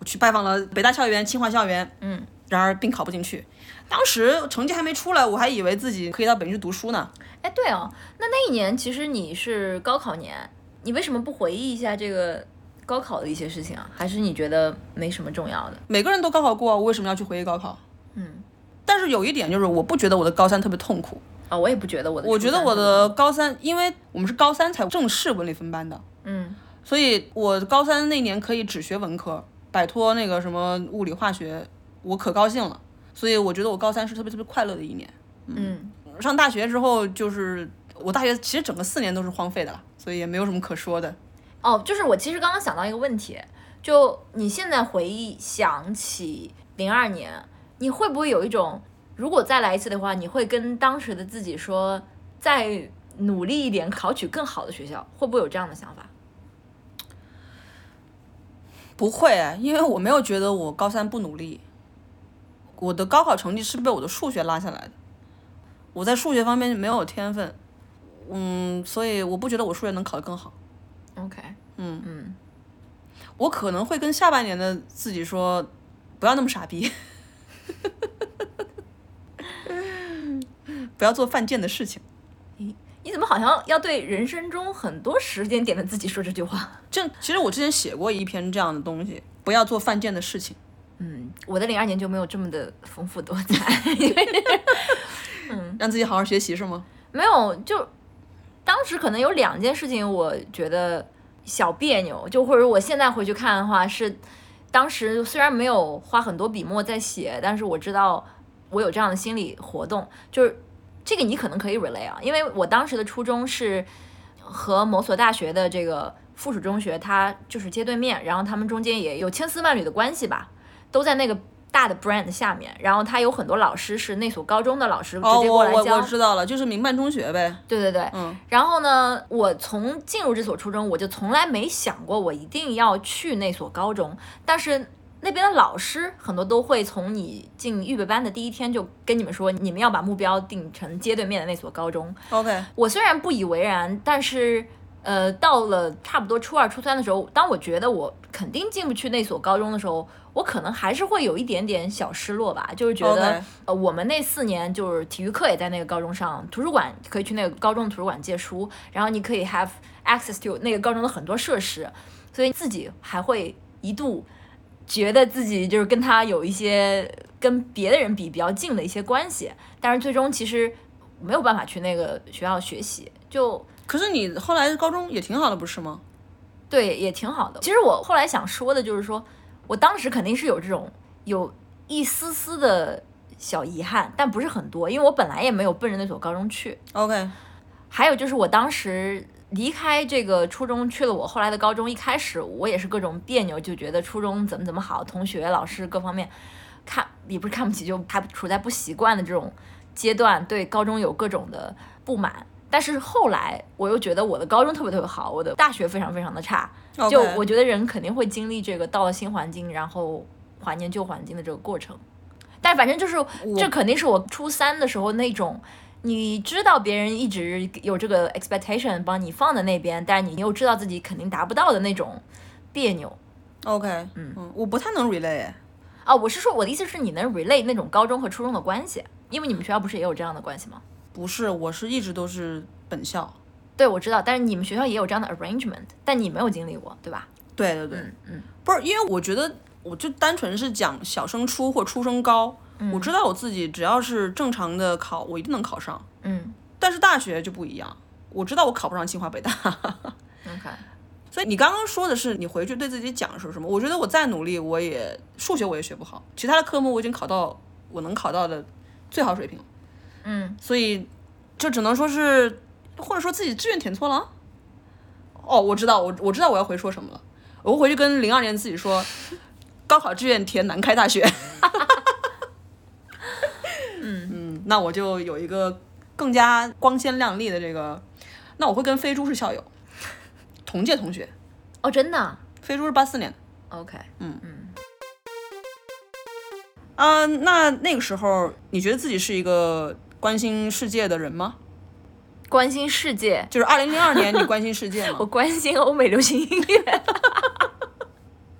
Speaker 2: 我去拜访了北大校园、清华校园，嗯，然而并考不进去。当时成绩还没出来，我还以为自己可以到北京去读书呢。
Speaker 1: 哎，对哦，那那一年其实你是高考年，你为什么不回忆一下这个高考的一些事情啊？还是你觉得没什么重要的？
Speaker 2: 每个人都高考过，我为什么要去回忆高考？
Speaker 1: 嗯，
Speaker 2: 但是有一点就是，我不觉得我的高三特别痛苦。
Speaker 1: 啊、我也不觉得我的初
Speaker 2: 我觉
Speaker 1: 三怎么
Speaker 2: 得
Speaker 1: 样，
Speaker 2: 我的高三，因为我们是高三才正式文理分班的，
Speaker 1: 嗯，
Speaker 2: 所以我高三那年可以只学文科，摆脱那个什么物理化学，我可高兴了。所以我觉得我高三是特别特别快乐的一年。
Speaker 1: 嗯，
Speaker 2: 上大学之后，就是我大学其实整个四年都是荒废的啦，所以也没有什么可说的。
Speaker 1: 哦，就是我其实刚刚想到一个问题，就你现在回忆想起零二年，你会不会有一种，如果再来一次的话，你会跟当时的自己说，再努力一点，考取更好的学校，会不会有这样的想法？
Speaker 2: 不会，啊因为我没有觉得我高三不努力，我的高考成绩是被我的数学拉下来的。我在数学方面没有天分，嗯，所以我不觉得我数学能考得更好。
Speaker 1: OK，
Speaker 2: 嗯
Speaker 1: 嗯，
Speaker 2: 我可能会跟下半年的自己说，不要那么傻逼， 不要做犯贱的事情。
Speaker 1: 你怎么好像要对人生中很多时间点的自己说这句话？
Speaker 2: 这其实我之前写过一篇这样的东西，不要做犯贱的事情。
Speaker 1: 嗯，我的零二年就没有这么的丰富多彩，因为
Speaker 2: 让自己好好学习是吗？
Speaker 1: 没有，就当时可能有两件事情，我觉得小别扭，就或者我现在回去看的话，是当时虽然没有花很多笔墨在写，但是我知道我有这样的心理活动，就是这个你可能可以 relay 啊，因为我当时的初衷是和某所大学的这个附属中学，它就是街对面，然后他们中间也有千丝万缕的关系吧，都在那个大的 brand 下面，然后他有很多老师是那所高中的老师直
Speaker 2: 哦，
Speaker 1: 接
Speaker 2: 我
Speaker 1: 过来
Speaker 2: 我
Speaker 1: 教。
Speaker 2: 我知道了，就是民办中学呗。
Speaker 1: 对对对，
Speaker 2: 嗯
Speaker 1: 然后呢，我从进入这所初中，我就从来没想过我一定要去那所高中，但是。那边的老师很多都会从你进预备班的第一天就跟你们说，你们要把目标定成街对面的那所高中。
Speaker 2: ，OK，
Speaker 1: 我虽然不以为然，但是呃，到了差不多初二、初三的时候，当我觉得我肯定进不去那所高中的时候，我可能还是会有一点点小失落吧，就是觉得
Speaker 2: OK
Speaker 1: 呃，我们那四年就是体育课也在那个高中上，图书馆可以去那个高中图书馆借书，然后你可以 have access to 那个高中的很多设施，所以自己还会一度觉得自己就是跟他有一些跟别的人比比较近的一些关系，但是最终其实没有办法去那个学校学习，就
Speaker 2: 可是你后来高中也挺好的，不是吗？
Speaker 1: 对也挺好的。其实我后来想说的就是说，我当时肯定是有这种有一丝丝的小遗憾，但不是很多，因为我本来也没有奔着那所高中去。
Speaker 2: OK，
Speaker 1: 还有就是我当时离开这个初中去了我后来的高中，一开始我也是各种别扭，就觉得初中怎么怎么好，同学、老师各方面看也不是看不起，就还处在不习惯的这种阶段，对高中有各种的不满。但是后来我又觉得我的高中特别特别好，我的大学非常非常的差。
Speaker 2: OK
Speaker 1: 就我觉得人肯定会经历这个到了新环境，然后怀念旧环境的这个过程。但反正就是，这肯定是我初三的时候那种，你知道别人一直有这个 expectation 帮你放在那边，但你又知道自己肯定达不到的那种别扭
Speaker 2: OK，嗯我不太能哎 relay，
Speaker 1: 啊、我是说，我的意思是你能 relate 那种高中和初中的关系，因为你们学校不是也有这样的关系吗？
Speaker 2: 不是，我是一直都是本校。
Speaker 1: 对，我知道，但是你们学校也有这样的 arrangement，但你没有经历过，对吧？
Speaker 2: 对对对，
Speaker 1: 嗯嗯，
Speaker 2: 不是，因为我觉得我就单纯是讲小升初或初升高，
Speaker 1: 嗯
Speaker 2: 我知道我自己只要是正常的考，我一定能考上。
Speaker 1: 嗯
Speaker 2: 但是大学就不一样，我知道我考不上清华北大。
Speaker 1: ，OK，
Speaker 2: 所以你刚刚说的是你回去对自己讲是什么？我觉得我再努力，我也数学我也学不好，其他的科目我已经考到我能考到的最好水平了。
Speaker 1: 嗯，
Speaker 2: 所以就只能说是，或者说自己志愿填错了。啊哦，我知道，我我知道我要回说什么了。我会回去跟零二年自己说，高考志愿填南开大学。嗯嗯，那我就有一个更加光鲜亮丽的这个。那我会跟飞猪是校友，同届同学。
Speaker 1: 哦，真的
Speaker 2: 飞猪是八四年的。
Speaker 1: ，OK，
Speaker 2: 嗯、那那个时候你觉得自己是一个关心世界的人吗？
Speaker 1: 关心世界，
Speaker 2: 就是二零零二年你关心世界吗？
Speaker 1: 我关心欧美流行音乐，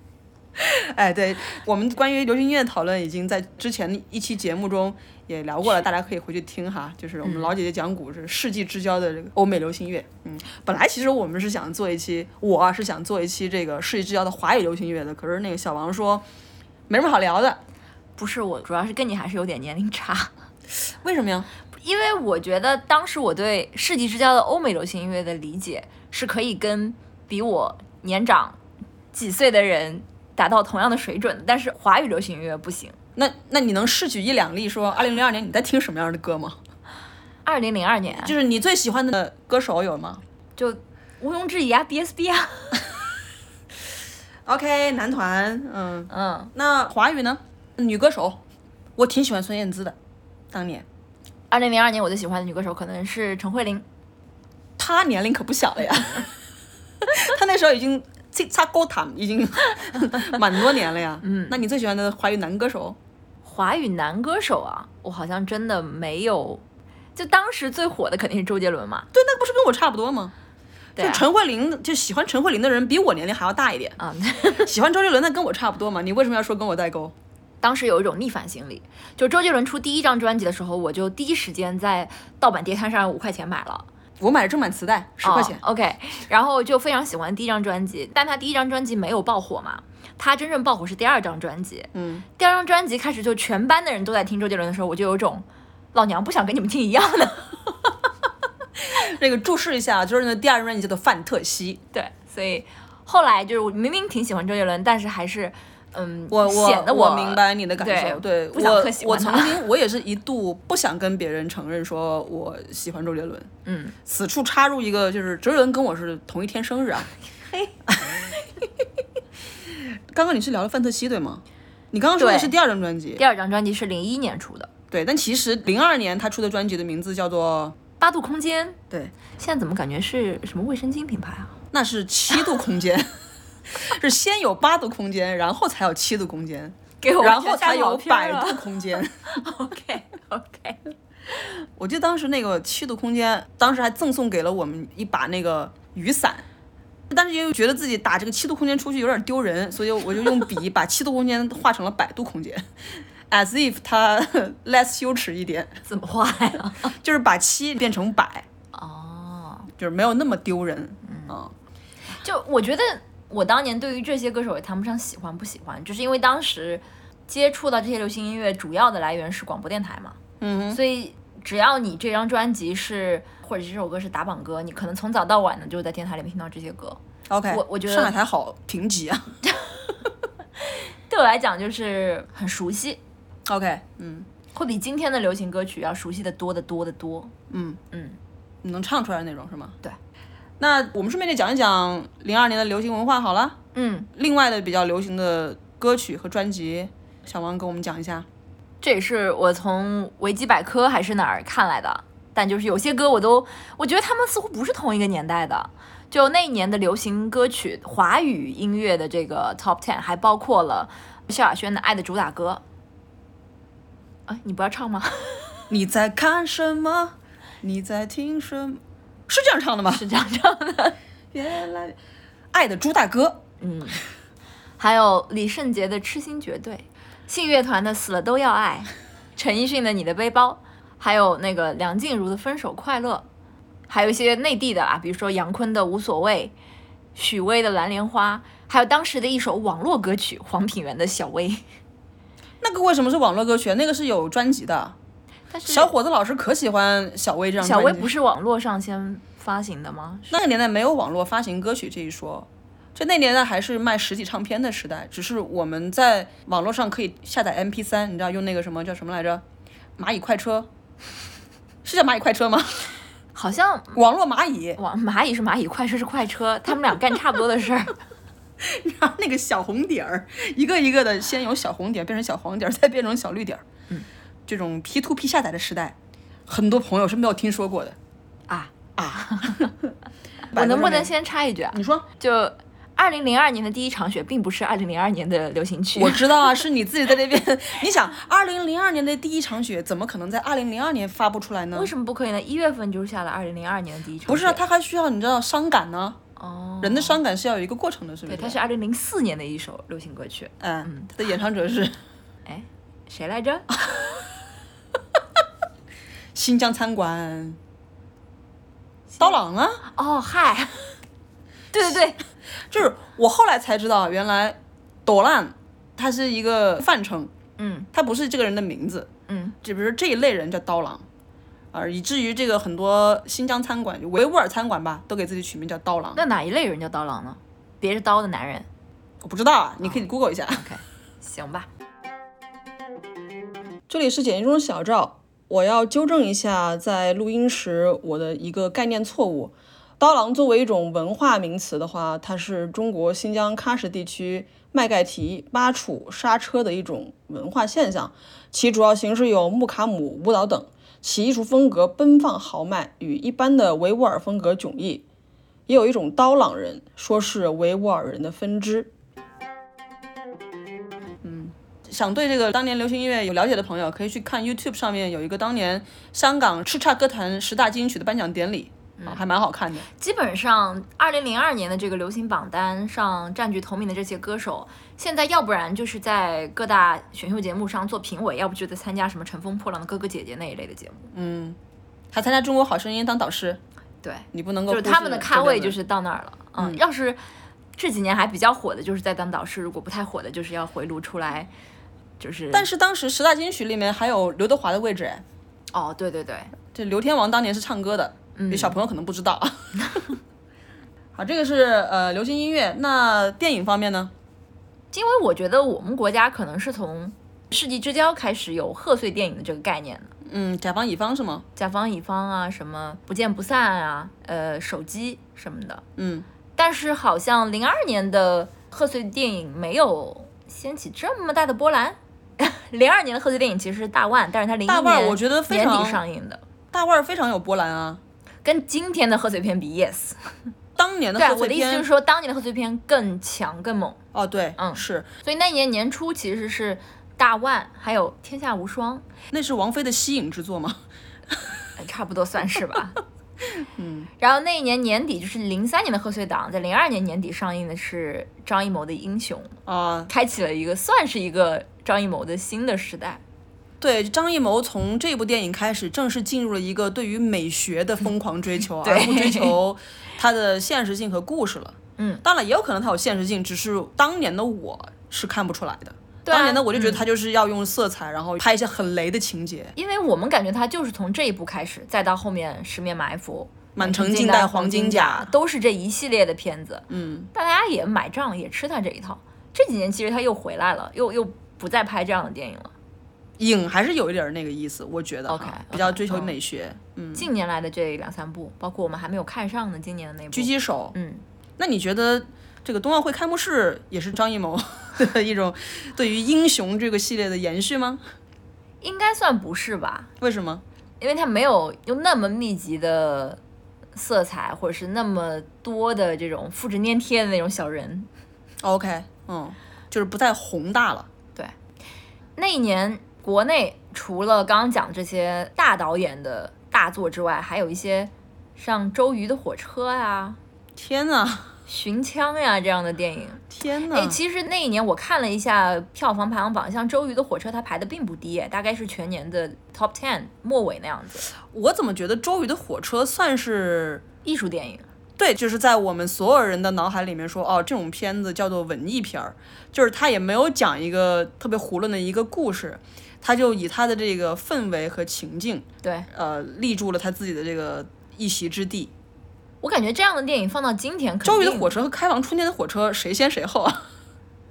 Speaker 2: 哎，对我们关于流行音乐的讨论已经在之前一期节目中也聊过了，大家可以回去听哈。就是我们老姐姐讲古是世纪之交的这个欧美流行乐。嗯，本来其实我们是想做一期，我啊是想做一期这个世纪之交的华语流行乐的，可是那个小王说没什么好聊的，
Speaker 1: 不是我，主要是跟你还是有点年龄差。
Speaker 2: 为什么呀？
Speaker 1: 因为我觉得当时我对世纪之交的欧美流行音乐的理解是可以跟比我年长几岁的人达到同样的水准的，但是华语流行音乐不行。
Speaker 2: 那那你能试举一两例说二零零二年你在听什么样的歌吗？
Speaker 1: 二零零二年啊
Speaker 2: 就是你最喜欢的歌手有吗
Speaker 1: 就毋庸置疑啊，BSB 啊，
Speaker 2: ？OK，男团，嗯，
Speaker 1: 嗯，
Speaker 2: 那华语呢？女歌手，我挺喜欢孙燕姿的，当年。
Speaker 1: 二零零二年我最喜欢的女歌手可能是陈慧琳，
Speaker 2: 她年龄可不小了呀， 她那时候已经擦高谈已 经蛮多年了呀。嗯，那你最喜欢的华语男歌手？
Speaker 1: 华语男歌手啊，我好像真的没有，就当时最火的肯定是周杰伦嘛，
Speaker 2: 对，那不是跟我差不多吗？
Speaker 1: 对
Speaker 2: 就
Speaker 1: 啊，，
Speaker 2: 陈慧琳，就喜欢陈慧琳的人比我年龄还要大一 点
Speaker 1: 啊。
Speaker 2: 喜欢周杰伦的跟我差不多嘛。你为什么要说跟我代沟？
Speaker 1: 当时有一种逆反心理，就周杰伦出第一张专辑的时候，我就第一时间在盗版碟摊上五块钱买了
Speaker 2: 我买了正版磁带，十块钱。
Speaker 1: 哦 OK，然后就非常喜欢第一张专辑，但他第一张专辑没有爆火嘛，他真正爆火是第二张专辑。
Speaker 2: 嗯，
Speaker 1: 第二张专辑开始就全班的人都在听周杰伦的时候，我就有一种老娘不想跟你们听一样的。
Speaker 2: 这个注释一下，就是那第二张专辑叫做《范特西》。
Speaker 1: 对，所以后来就是我明明挺喜欢周杰伦，但是还是嗯，
Speaker 2: 我我
Speaker 1: 显得
Speaker 2: 我
Speaker 1: 我
Speaker 2: 明白你的感受，
Speaker 1: 对
Speaker 2: 对
Speaker 1: 不想
Speaker 2: 我
Speaker 1: 特喜
Speaker 2: 我
Speaker 1: 欢
Speaker 2: 曾
Speaker 1: 他
Speaker 2: 经我也是一度不想跟别人承认说我喜欢周杰伦。
Speaker 1: 嗯，
Speaker 2: 此处插入一个，就是周杰伦跟我是同一天生日啊。刚刚你是聊了范特西对吗？你刚刚说的
Speaker 1: 对
Speaker 2: 是第二张专辑，
Speaker 1: 第二张专辑是零一年出的，
Speaker 2: 对，但其实零二年他出的专辑的名字叫做
Speaker 1: 《八度空间》。
Speaker 2: 对，
Speaker 1: 现在怎么感觉是什么卫生巾品牌啊？
Speaker 2: 那是七度空间， 是先有八度空间，然后才有七度空间，
Speaker 1: 给我
Speaker 2: 然后才
Speaker 1: 完
Speaker 2: 有
Speaker 1: 全看
Speaker 2: 百
Speaker 1: 跑
Speaker 2: 度
Speaker 1: 偏了。
Speaker 2: 空间。
Speaker 1: OK OK，
Speaker 2: 我记得当时那个七度空间，当时还赠送给了我们一把那个雨伞，但是因为觉得自己打这个七度空间出去有点丢人，所以我就用笔把七度空间画成了百度空间，as if 它 less 羞耻一点，
Speaker 1: 怎么画呀？
Speaker 2: 就是把七变成百，
Speaker 1: 哦，
Speaker 2: 就是没有那么丢人。嗯，
Speaker 1: 就我觉得我当年对于这些歌手也谈不上喜欢不喜欢，就是因为当时接触到这些流行音乐主要的来源是广播电台嘛，
Speaker 2: 嗯，
Speaker 1: 所以只要你这张专辑是或者这首歌是打榜歌，你可能从早到晚的就在电台里面听到这些歌。
Speaker 2: OK，
Speaker 1: 我我觉得
Speaker 2: 上海台好评级啊。
Speaker 1: 对我来讲就是很熟悉，
Speaker 2: OK，嗯
Speaker 1: 会比今天的流行歌曲要熟悉的多得多得多。
Speaker 2: 嗯，
Speaker 1: 嗯，
Speaker 2: 你能唱出来那种是吗？
Speaker 1: 对。
Speaker 2: 那我们顺便就讲一讲零二年的流行文化好了。
Speaker 1: 嗯，
Speaker 2: 另外的比较流行的歌曲和专辑，小王给我们讲一下。
Speaker 1: 这也是我从维基百科还是哪儿看来的，但就是有些歌我都，我觉得他们似乎不是同一个年代的。就那一年的流行歌曲，华语音乐的这个 Top Ten 还包括了萧亚轩的《爱的主打歌》。哎，你不要唱吗？
Speaker 2: 你在看什么？你在听什么？是这样唱的吗？
Speaker 1: 是这样唱的。
Speaker 2: 原来，爱的主打歌。
Speaker 1: 嗯，还有李圣杰的《痴心绝对》，信乐团的《死了都要爱》， 陈奕迅的《你的背包》，还有那个梁静茹的《分手快乐》，还有一些内地的啦，比如说杨坤的《无所谓》，许巍的《蓝莲花》，还有当时的一首网络歌曲黄品源的《小薇》。
Speaker 2: 那个为什么是网络歌曲？那个是有专辑的。
Speaker 1: 但是
Speaker 2: 小伙子老师可喜欢小薇这张
Speaker 1: 小
Speaker 2: 专辑。
Speaker 1: 薇不是网络上先发行的吗？
Speaker 2: 那个年代没有网络发行歌曲这一说，就那年代还是卖实体唱片的时代，只是我们在网络上可以下载 MP 3你知道用那个什么叫什么来着？蚂蚁快车，是叫蚂蚁快车吗？
Speaker 1: 好像
Speaker 2: 网络蚂蚁，
Speaker 1: 网蚂蚁是蚂蚁，快车是快车，他们俩干差不多的事儿。
Speaker 2: 然后 那个小红点儿，一个一个的，先由小红点变成小黄点儿， 再变成小绿点儿。
Speaker 1: 嗯，
Speaker 2: 这种 P to P 下载的时代，很多朋友是没有听说过的
Speaker 1: 啊
Speaker 2: 啊。
Speaker 1: 我能不能先插一句啊？
Speaker 2: 你说？
Speaker 1: 就二零零二年的第一场雪，并不是二零零二年的流行曲。
Speaker 2: 我知道啊，是你自己在那边。 你想，二零零二年的第一场雪，怎么可能在二零零二年发布出来 呢
Speaker 1: 为？什么不可以呢？一月份就是下了二零零二年的第一场雪。
Speaker 2: 不是啊，它还需要你知道伤感呢、
Speaker 1: 哦，
Speaker 2: 人的伤感是要有一个过程的，是不
Speaker 1: 对，
Speaker 2: 是？
Speaker 1: 它是二零零四年的一首流行歌曲。
Speaker 2: 嗯，它的演唱者是
Speaker 1: 哎，谁来 着？
Speaker 2: 新疆餐
Speaker 1: 嗯
Speaker 2: 馆，刀郎啊。
Speaker 1: 哦， 嗨，对对对，
Speaker 2: 就是我后来才知道，原来朵烂它是一个泛称，
Speaker 1: 嗯
Speaker 2: 它不是这个人的名字，
Speaker 1: 嗯，
Speaker 2: 只不是这一类人叫刀郎，啊，以至于这个很多新疆餐馆、维吾尔餐馆吧，都给自己取名叫刀郎。
Speaker 1: 那哪一类人叫刀郎呢？别着刀的男人。
Speaker 2: 我不知道啊，你可以 Google 一下。
Speaker 1: OK，行吧。
Speaker 2: 这里是简易中的小赵，我要纠正一下在录音时我的一个概念错误。刀郎作为一种文化名词的话，它是中国新疆喀什地区麦盖提、巴楚、莎车的一种文化现象，其主要形式有木卡姆舞蹈等，其艺术风格奔放豪迈，与一般的维吾尔风格迥异。也有一种刀郎人，说是维吾尔人的分支。想对这个当年流行音乐有了解的朋友，可以去看 YouTube 上面有一个当年香港叱咤歌坛十大金曲的颁奖典礼，
Speaker 1: 嗯
Speaker 2: 啊，还蛮好看的。
Speaker 1: 基本上，二零零二年的这个流行榜单上占据头名的这些歌手，现在要不然就是在各大选秀节目上做评委，要不就在参加什么《乘风破浪的哥哥姐姐》那一类的节目。
Speaker 2: 嗯，还参加《中国好声音》当导师，
Speaker 1: 对，
Speaker 2: 你不能
Speaker 1: 哦
Speaker 2: 够
Speaker 1: 就是
Speaker 2: 忽视
Speaker 1: 他们的咖位就
Speaker 2: 这个人
Speaker 1: 是到那儿了。嗯，要是这几年还比较火的，就是在当导师；如果不太火的，就是要回炉出来。就是，
Speaker 2: 但是当时十大金曲里面还有刘德华的位置，哎，
Speaker 1: 哦，对对对，
Speaker 2: 这刘天王当年是唱歌的，
Speaker 1: 嗯
Speaker 2: 有小朋友可能不知道。 好，这个是呃流行音乐，那电影方面呢？
Speaker 1: 因为我觉得我们国家可能是从世纪之交开始有贺岁电影的这个概念的。
Speaker 2: 嗯，甲方乙方是吗？
Speaker 1: 甲方乙方啊，什么不见不散啊，呃，手机什么的。
Speaker 2: 嗯，
Speaker 1: 但是好像零二年的贺岁电影没有掀起这么大的波澜。 零二年的贺岁电影其实是大腕，但是他零一
Speaker 2: 大腕儿
Speaker 1: 年
Speaker 2: 我觉得非
Speaker 1: 年底
Speaker 2: 常
Speaker 1: 上映的，
Speaker 2: 大腕儿非常有波澜啊。
Speaker 1: 跟今天的贺岁片比，yes，
Speaker 2: 当年的
Speaker 1: 对啊，
Speaker 2: 贺
Speaker 1: 我
Speaker 2: 岁
Speaker 1: 的意思
Speaker 2: 片，
Speaker 1: 就是说，当年的贺岁片更强更猛，
Speaker 2: 哦，对，
Speaker 1: 嗯
Speaker 2: 是，
Speaker 1: 所以那一年年初其实是大腕，还有《天下无双》，哎
Speaker 2: 那是王菲的吸引之作吗？
Speaker 1: 差不多算是吧。嗯，然后那一年年底就是零三年的贺岁档，在零二年年底上映的是张艺谋的《英雄》，
Speaker 2: 啊、
Speaker 1: 开启了一个算是一个张艺谋的新的时代。
Speaker 2: 对，张艺谋从这部电影开始，正式进入了一个对于美学的疯狂追求，
Speaker 1: 嗯对
Speaker 2: 而不追求它的现实性和故事了。
Speaker 1: 嗯，
Speaker 2: 当然也有可能它有现实性，只是当年的我是看不出来的。
Speaker 1: 对啊
Speaker 2: 当年的我就觉得他就是要用色彩，然后拍一些很雷的情节，
Speaker 1: 因为我们感觉他就是从这一部开始，再到后面《十面埋伏》《
Speaker 2: 满城尽带黄金
Speaker 1: 金
Speaker 2: 甲
Speaker 1: 都是这一系列的片子。
Speaker 2: 嗯，
Speaker 1: 大家也买账，也吃他这一套。这几年其实他又回来了，又又不再拍这样的电影了。
Speaker 2: 影还是有一点儿那个意思，我觉得哈
Speaker 1: OK，OK，
Speaker 2: 比较追求
Speaker 1: 嗯
Speaker 2: 美学。嗯，
Speaker 1: 近年来的这两三部，包括我们还没有看上的今年的那部，
Speaker 2: 狙击手，
Speaker 1: 嗯，
Speaker 2: 那你觉得这个冬奥会开幕式也是张艺谋 的一种对于英雄这个系列的延续吗？
Speaker 1: 应该算不是吧？
Speaker 2: 为什么？
Speaker 1: 因为它没有用那么密集的色彩，或者是那么多的这种复制粘贴的那种小人。
Speaker 2: OK，嗯，就是不再宏大了。
Speaker 1: 那一年，国内除了刚刚讲这些大导演的大作之外，还有一些像《周瑜的火车》呀、
Speaker 2: 天呐，
Speaker 1: 《寻枪》呀这样的电影。
Speaker 2: 天啊
Speaker 1: 哎，
Speaker 2: 呐！
Speaker 1: 其实那一年我看了一下票房排行榜，像《周瑜的火车》它排的并不低，哎大概是全年的 top ten 末尾那样子。
Speaker 2: 我怎么觉得周瑜的火车算是
Speaker 1: 艺术电影，
Speaker 2: 对，就是在我们所有人的脑海里面说，哦，这种片子叫做文艺片儿，就是他也没有讲一个特别囫囵的一个故事，他就以他的这个氛围和情境，
Speaker 1: 对
Speaker 2: 呃，立住了他自己的这个一席之地。
Speaker 1: 我感觉这样的电影放到今天，肯定
Speaker 2: 周瑜的火车和开往春天的火车谁先谁后啊？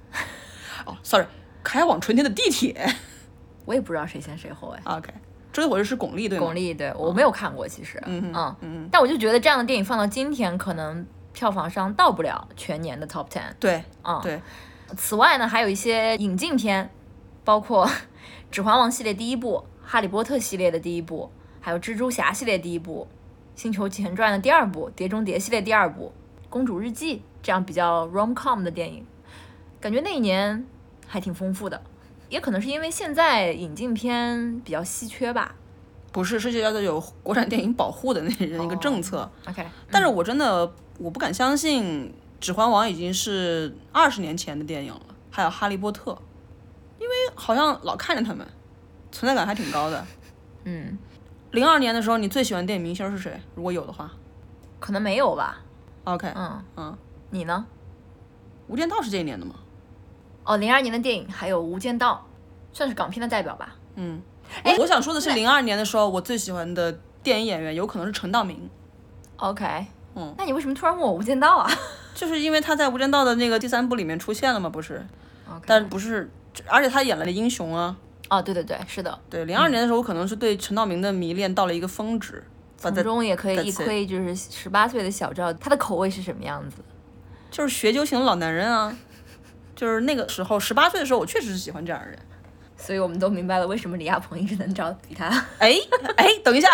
Speaker 2: 哦，sorry，开往春天的地铁。
Speaker 1: 我也不知道谁先谁后哎。
Speaker 2: OK，周瑜火车是巩俐对吗？
Speaker 1: 巩俐，对我没有看过，其实，
Speaker 2: 嗯
Speaker 1: 嗯
Speaker 2: 嗯，
Speaker 1: 但我就觉得这样的电影放到今天，可能票房上到不了全年的 top ten
Speaker 2: 对
Speaker 1: 啊、
Speaker 2: 对，
Speaker 1: 此外呢，还有一些引进片，包括《指环王》系列第一部、《哈利波特》系列的第一部，还有《蜘蛛侠》系列第一部、《星球奇缘传》的第二部、《碟中谍》系列第二部、《公主日记》这样比较 rom com 的电影，感觉那一年还挺丰富的。也可能是因为现在引进片比较稀缺吧。
Speaker 2: 不是，是叫做有国产电影保护的那一
Speaker 1: 哦
Speaker 2: 个政策。
Speaker 1: OK，
Speaker 2: 但是我真的我不敢相信，《指环王》已经是二十年前的电影了，还有《哈利波特》，因为好像老看着他们，存在感还挺 高的。
Speaker 1: 嗯，
Speaker 2: 零二年的时候，你最喜欢电影明星是谁？如果有的话
Speaker 1: 可能没有吧。
Speaker 2: ，OK，
Speaker 1: 嗯，
Speaker 2: 嗯，
Speaker 1: 你呢？
Speaker 2: 《无间道》是这一年的吗？
Speaker 1: 哦，零二年的电影还有《无间道》，算是港片的代表吧。
Speaker 2: 嗯，我我想说的是，零二年的时候，我最喜欢的电影演员有可能是陈道明，
Speaker 1: OK，
Speaker 2: 嗯，
Speaker 1: 那你为什么突然问我《无间 道》啊
Speaker 2: 就是因为他在《无间道》的那个第三部里面出现了嘛，不是？
Speaker 1: ？OK，
Speaker 2: 但不是，而且他演了个英雄啊。
Speaker 1: 哦，对对对，是的，
Speaker 2: 对，零二年的时候，我可能是对陈道明的迷恋到了一个峰值，把
Speaker 1: 从
Speaker 2: 他
Speaker 1: 中也可以一
Speaker 2: that's it
Speaker 1: 窥就是十八岁的小赵他的口味是什么样子。
Speaker 2: 就是学究型的老男人啊。就是那个时候，十八岁的时候，我确实是喜欢这样的人。
Speaker 1: 所以我们都明白了为什么李亚鹏一直能找比他
Speaker 2: 哎哎，等一下，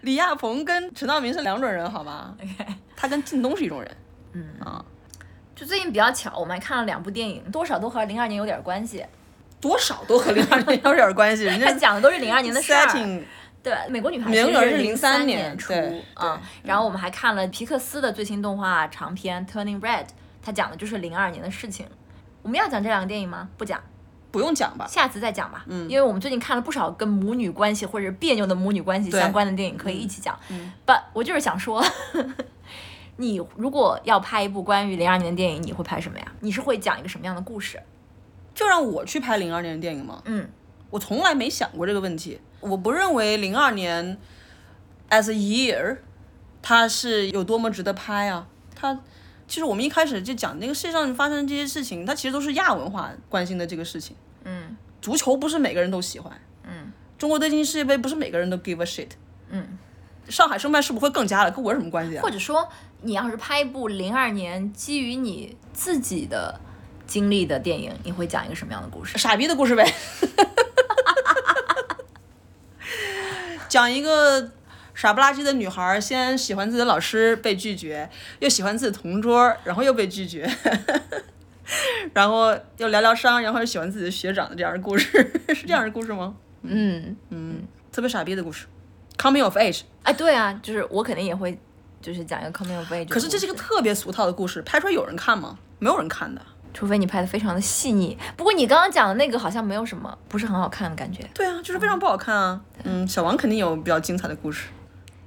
Speaker 2: 李亚鹏跟陈道明是两种人，好吧？他跟靳东是一种人。嗯啊，
Speaker 1: 就最近比较巧，我们还看了两部电影，多少都和零二年有点关系。
Speaker 2: 多少都和零二年有点关系。人
Speaker 1: 它
Speaker 2: 家
Speaker 1: 讲的都是零二年的事儿。
Speaker 2: setting
Speaker 1: 对，美国女孩
Speaker 2: 美国
Speaker 1: 其
Speaker 2: 女孩
Speaker 1: 实
Speaker 2: 是
Speaker 1: 零
Speaker 2: 03
Speaker 1: 三
Speaker 2: 年
Speaker 1: 出
Speaker 2: 对
Speaker 1: 啊、然后我们还看了皮克斯的最新动画长片《Turning Red》，它讲的就是零二年的事情。我们要讲这两个电影吗？不讲，
Speaker 2: 不用讲吧？
Speaker 1: 下次再讲吧。嗯，因为我们最近看了不少跟母女关系或者别扭的母女关系
Speaker 2: 对嗯
Speaker 1: 相关的电影，可以一起讲。但我就是想说， 你如果要拍一部关于零二年的电影，你会拍什么呀？你是会讲一个什么样的故事？
Speaker 2: 就让我去拍零二年的电影吗？
Speaker 1: 嗯，
Speaker 2: 我从来没想过这个问题。我不认为零二年 as a year 它是有多么值得拍啊。它其实我们一开始就讲那个世界上发生这些事情，它其实都是亚文化关心的这个事情。
Speaker 1: 嗯，
Speaker 2: 足球不是每个人都喜欢。
Speaker 1: 嗯，
Speaker 2: 中国队进世界杯不是每个人都 give a shit。
Speaker 1: 嗯，
Speaker 2: 上海申办是不会更加了，跟我有什么关系啊
Speaker 1: 或？者说，你要是拍一部零二年基于你自己的经历的电影，你会讲一个什么样的故事？
Speaker 2: 傻逼的故事呗， 讲一个傻不拉几的女孩儿，先喜欢自己的老师被拒绝，又喜欢自己的同桌，然后又被拒绝， 然后又疗疗伤，然后又喜欢自己的学长的这样的故事， 是这样的故事吗？
Speaker 1: 嗯，
Speaker 2: 特别傻逼的故事，coming of age。
Speaker 1: 哎，对啊，就是我肯定也会，就是讲一个 coming of age。
Speaker 2: 可是这是个，特别俗套的故事，拍出来有人看吗？没有人看的。
Speaker 1: 除非你拍的非常的细腻。不过你刚刚讲的那个好像没有什么，不是很好看的感觉，
Speaker 2: 对啊，就是非常不好看啊。嗯，小王肯定有比较精彩的故事。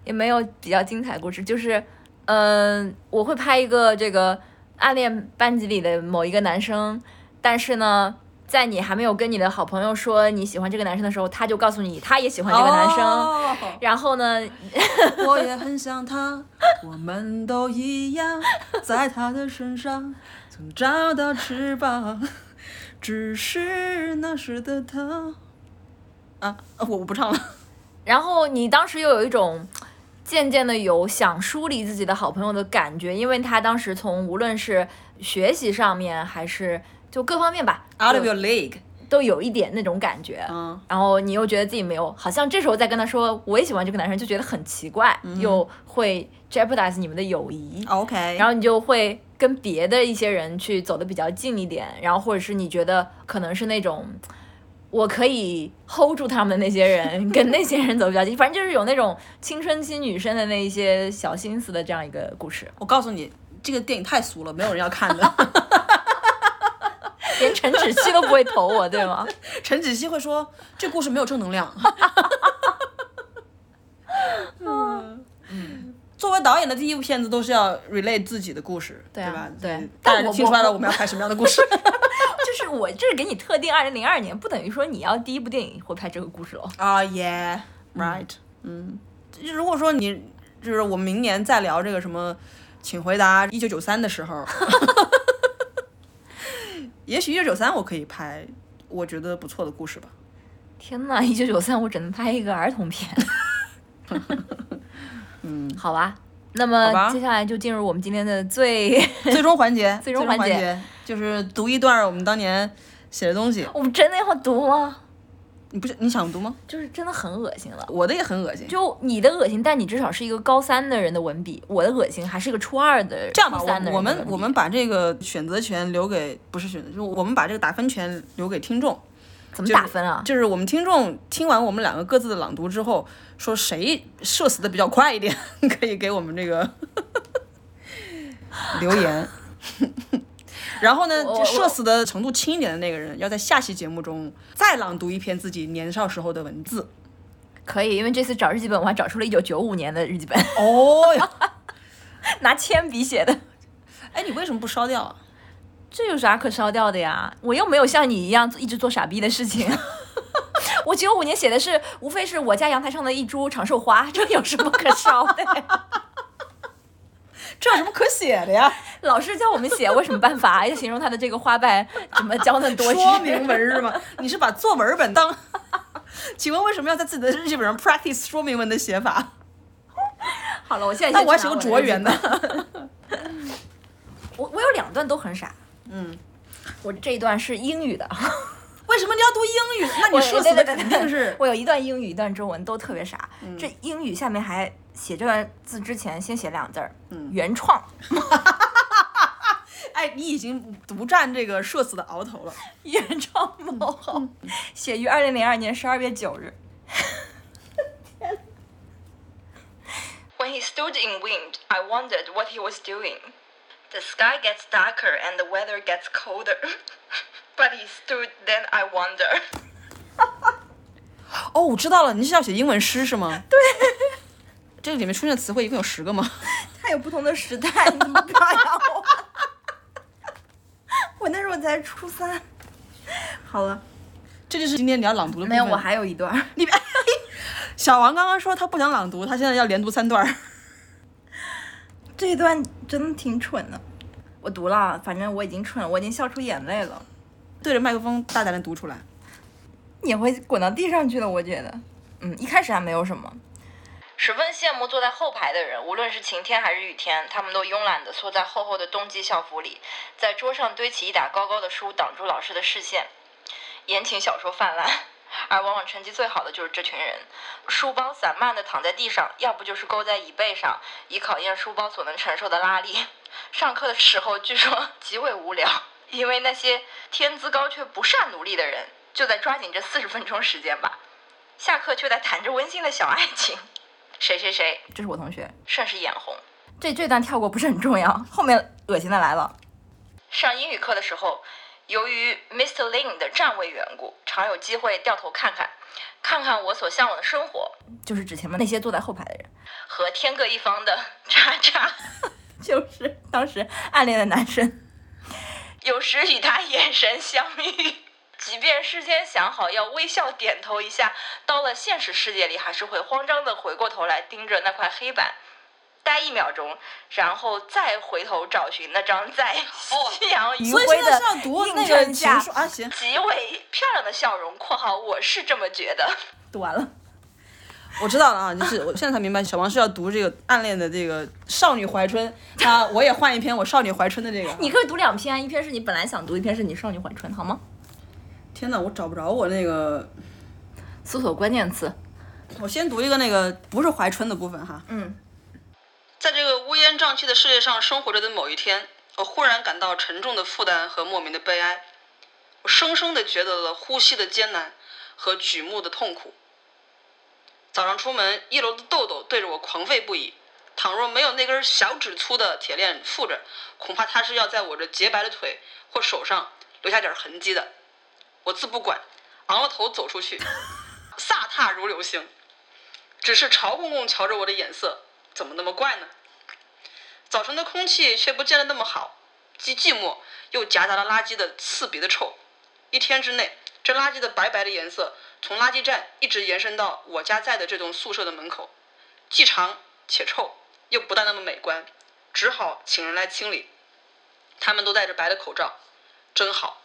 Speaker 1: 也没有比较精彩的故事。就是，嗯、我会拍一个这个暗恋班级里的某一个男生，但是呢。在你还没有跟你的好朋友说你喜欢这个男生的时候，他就告诉你他也喜欢这个男生。
Speaker 2: 哦生，
Speaker 1: 然后呢，
Speaker 2: 我也很想他，我们都一样，在他的身上曾找到翅膀， 只是那时的他。啊，我我不唱了。
Speaker 1: 然后你当时又有一种渐渐的有想梳理自己的好朋友的感觉，因为他当时从无论是学习上面还是就各方面吧
Speaker 2: Out
Speaker 1: 就
Speaker 2: of your league。
Speaker 1: 都有一点那种感觉。
Speaker 2: 嗯，
Speaker 1: 然后你又觉得自己没有，好像这时候再跟他说我也喜欢这个男生，就觉得很奇怪，又会 jeopardize 你们的友谊。
Speaker 2: 啊 OK。
Speaker 1: 然后你就会跟别的一些人去走得比较近一点，然后或者是你觉得可能是那种我可以 hold 住他们的那些人，跟那些人走得比较近，反正就是有那种青春期女生的那一些小心思的这样一个故事，
Speaker 2: 我告诉你，这个电影太俗了，没有人要看的。
Speaker 1: 连陈芷溪都不会投我，对吗？
Speaker 2: 陈芷溪会说这故事没有正能 量。嗯，作为导演的第一部片子都是要 relate 自己的故事，
Speaker 1: 对
Speaker 2: 对
Speaker 1: 啊
Speaker 2: 吧？
Speaker 1: 对
Speaker 2: 嗯
Speaker 1: 但
Speaker 2: 大家
Speaker 1: 我
Speaker 2: 听出来了
Speaker 1: 我
Speaker 2: 我们要拍什么样的故事？
Speaker 1: 就是我这是给你特定二零零二年，不等于说你要第一部电影会拍这个故事喽。
Speaker 2: 啊耶，right，嗯，如果说你就是我们明年再聊这个什么，请回答一九九三的时 候，也许一九九三我可以拍，我觉得不错的故事吧。
Speaker 1: 天呐，一九九三我只能拍一个儿童片。嗯，好吧，那
Speaker 2: 好
Speaker 1: 么
Speaker 2: 吧
Speaker 1: 接下来就进入我们今天的最。
Speaker 2: 最终环节，
Speaker 1: 最
Speaker 2: 最
Speaker 1: 终
Speaker 2: 终
Speaker 1: 环
Speaker 2: 环
Speaker 1: 节
Speaker 2: 节就是读一段我们当年写的东西。
Speaker 1: 我们真的要读吗？
Speaker 2: 你不是你想读吗？
Speaker 1: 就是真的很恶心了。
Speaker 2: 我的也很恶心。
Speaker 1: 就你的恶心，但你至少是一个高三的人的文笔，我的恶心还是一个初二的
Speaker 2: 这样吧，
Speaker 1: 初三的人
Speaker 2: 我
Speaker 1: 的
Speaker 2: 我们
Speaker 1: 文笔
Speaker 2: 我们把这个选择权留给不是选择，就是我们把这个打分权留给听众，
Speaker 1: 怎么
Speaker 2: 就
Speaker 1: 打分啊？
Speaker 2: 就是我们听众听完我们两个各自的朗读之后，说谁社死的比较快一点， 可以给我们这个 留言。然后呢，
Speaker 1: 我
Speaker 2: 就社死的程度轻一点的那个人，要在下期节目中再朗读一篇自己年少时候的文字。
Speaker 1: 可以，因为这次找日记本，我还找出了一九九五年的日记本，
Speaker 2: 哦哟，
Speaker 1: 拿铅笔写的。
Speaker 2: 哎，你为什么不烧掉啊？
Speaker 1: 这有啥可烧掉的呀？我又没有像你一样一直做傻逼的事情。 我九五年写的是，无非是我家阳台上的一株长寿花，这有什么可烧的呀？
Speaker 2: 这有什么可写的呀？
Speaker 1: 老师叫我们写，我有什么办法？要形容它的这个花瓣怎么娇嫩多汁。
Speaker 2: 说明文是吗？ 你是把作文本当？请问为什么要在自己的日记本上 practice 说明文的写法？
Speaker 1: 好了，我现在
Speaker 2: 那
Speaker 1: 先
Speaker 2: 我还
Speaker 1: 去
Speaker 2: 写
Speaker 1: 拿
Speaker 2: 个
Speaker 1: 我的
Speaker 2: 卓
Speaker 1: 日记
Speaker 2: 圆
Speaker 1: 本。
Speaker 2: 的。
Speaker 1: 我我有两段都很傻。
Speaker 2: 嗯，
Speaker 1: 我这一段是英语的，
Speaker 2: 为什么你要读英语？那
Speaker 1: 我
Speaker 2: 你社死
Speaker 1: 对
Speaker 2: 的
Speaker 1: 对对
Speaker 2: 肯定 是嗯
Speaker 1: 我有一段英语，一段中文都特别傻。这英语下面还写这段字之前，先写两字儿，
Speaker 2: 嗯
Speaker 1: 原创。
Speaker 2: 哎，你已经独占这个社死的鳌头了。
Speaker 1: 原创某后，写于二零零二年十二月九日。
Speaker 3: When he stood in wind, I wondered what he was doing. The sky gets darker and the weather gets colder. but he stood, then I wonder.
Speaker 2: 哦，我知道了，你是要写英文诗是吗？对。 这里面出现的词汇一共有十个吗？
Speaker 1: 它有不同的时代，你不要让 我。我那时候才初三。好了，
Speaker 2: 这就是今天你要朗读的部
Speaker 1: 没有，
Speaker 2: 分
Speaker 1: 我还有一段儿。
Speaker 2: 你别小王刚刚说他不想朗读，他现在要连读三段 儿。
Speaker 1: 这一段真的挺蠢的。我读了，反正我已经蠢了，我已经笑出眼泪了。
Speaker 2: 对着麦克风大胆的读出来。
Speaker 1: 也会滚到地上去的，我觉得。嗯，一开始还没有什么。
Speaker 3: 十分羡慕坐在后排的人，无论是晴天还是雨天，他们都慵懒地缩在厚厚的冬季校服里，在桌上堆起一沓高高的书，挡住老师的视线。言情小说泛滥， 而往往成绩最好的就是这群人，书包散漫地躺在地上，要不就是勾在椅背上，以考验书包所能承受的拉力。上课的时候据说 极为无聊，因为那些天资高却不善努力的人，就在抓紧这四十分钟时间吧。下课却在谈着温馨的小爱情。谁谁谁
Speaker 4: 这是我同学。
Speaker 3: 甚是眼红。
Speaker 4: 这这段跳过不是很重要，后面恶心的来了。
Speaker 3: 上英语课的时候，由于 Mr. Lin 的站位缘故，常有机会掉头看看，看看我所向往的生活
Speaker 4: 就是指前面那些坐在后排的人，
Speaker 3: 和天各一方的渣渣，
Speaker 4: 就是当时暗恋的男生。
Speaker 3: 有时与他眼神相遇。即便事先想好要微笑点头一下，到了现实世界里，还是会慌张的回过头来盯着那块黑板，待一秒钟，然后再回头找寻那张在
Speaker 4: 哦
Speaker 3: 夕阳余晖
Speaker 2: 所以现在是要读
Speaker 4: 应
Speaker 2: 那
Speaker 4: 征
Speaker 2: 个
Speaker 4: 一
Speaker 2: 情
Speaker 4: 下
Speaker 2: 书啊，行，
Speaker 3: 极为漂亮的笑容（括号我是这么觉 得
Speaker 4: 读完了，
Speaker 2: 我知道了啊，就是我现在才明白， 小王是要读这个暗恋的这个少女怀春，那我也换一篇我少女怀春的这个啊。
Speaker 4: 你可以读两篇，一篇是你本来想读，一篇是你少女怀春，好吗？
Speaker 2: 天哪，我找不着我那个，
Speaker 4: 搜索关键词，
Speaker 2: 我先读一个那个不是怀春的部分哈。
Speaker 4: 嗯，
Speaker 3: 在这个乌烟瘴气的世界上生活着的某一天，我忽然感到沉重的负担和莫名的悲哀。我深深的觉得了呼吸的艰难和举目的痛苦。早上出门，一楼的豆豆对着我狂吠不已。倘若没有那根小指粗的铁链缚着，恐怕他是要在我这洁白的腿或手上留下点痕迹的。我自不管，昂了头走出去，飒沓如流星。只是曹公公瞧着我的眼色，怎么那么怪呢？早晨的空气却不见得那么好，既寂寞又夹杂了垃圾的刺鼻的臭。一天之内，这垃圾的白白的颜色从垃圾站一直延伸到我家在的这栋宿舍的门口，既长且臭，又不但那么美观，只好请人来清理。他们都戴着白的口罩，真好。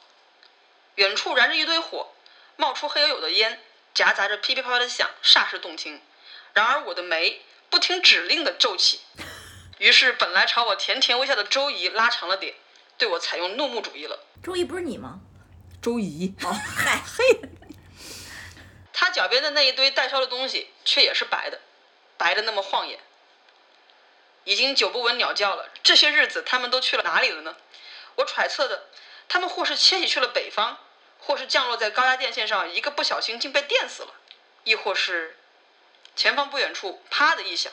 Speaker 3: 远处燃着一堆火，冒出黑油油的烟，夹杂着噼噼啪啪的响，煞是动听。然而我的眉不听指令的皱起，于是本来朝我甜甜微笑的周姨拉长了点，对我采用怒目主义了。
Speaker 4: 周易不是你吗？
Speaker 2: 周怡，
Speaker 4: 哦，嗨，
Speaker 3: 她脚边的那一堆待烧的东西却也是白的，白的那么晃眼。已经久不闻鸟叫了，这些日子他们都去了哪里了呢？我揣测的，他们或是迁徙去了北方，或是降落在高压电线上，一个不小心竟被电死了，亦或是前方不远处“啪”的一响，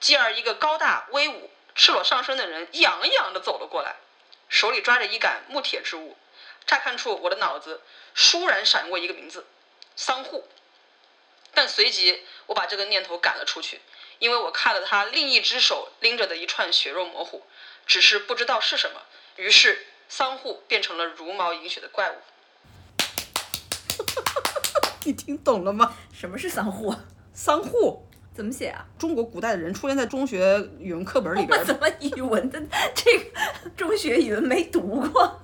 Speaker 3: 继而一个高大威武、赤裸上身的人一仰一仰地走了过来，手里抓着一杆木铁之物。乍看处，我的脑子倏然闪过一个名字——桑户。但随即我把这个念头赶了出去，因为我看了他另一只手拎着的一串血肉模糊，只是不知道是什么。于是桑户变成了茹毛饮血的怪物。
Speaker 2: 你听懂了吗？
Speaker 4: 什么是丧户？
Speaker 2: 桑户，
Speaker 4: 怎么写啊？
Speaker 2: 中国古代的人出现在中学语文课本里边
Speaker 4: 我
Speaker 2: 儿的。
Speaker 4: 怎么语文的这个中学语文没读过？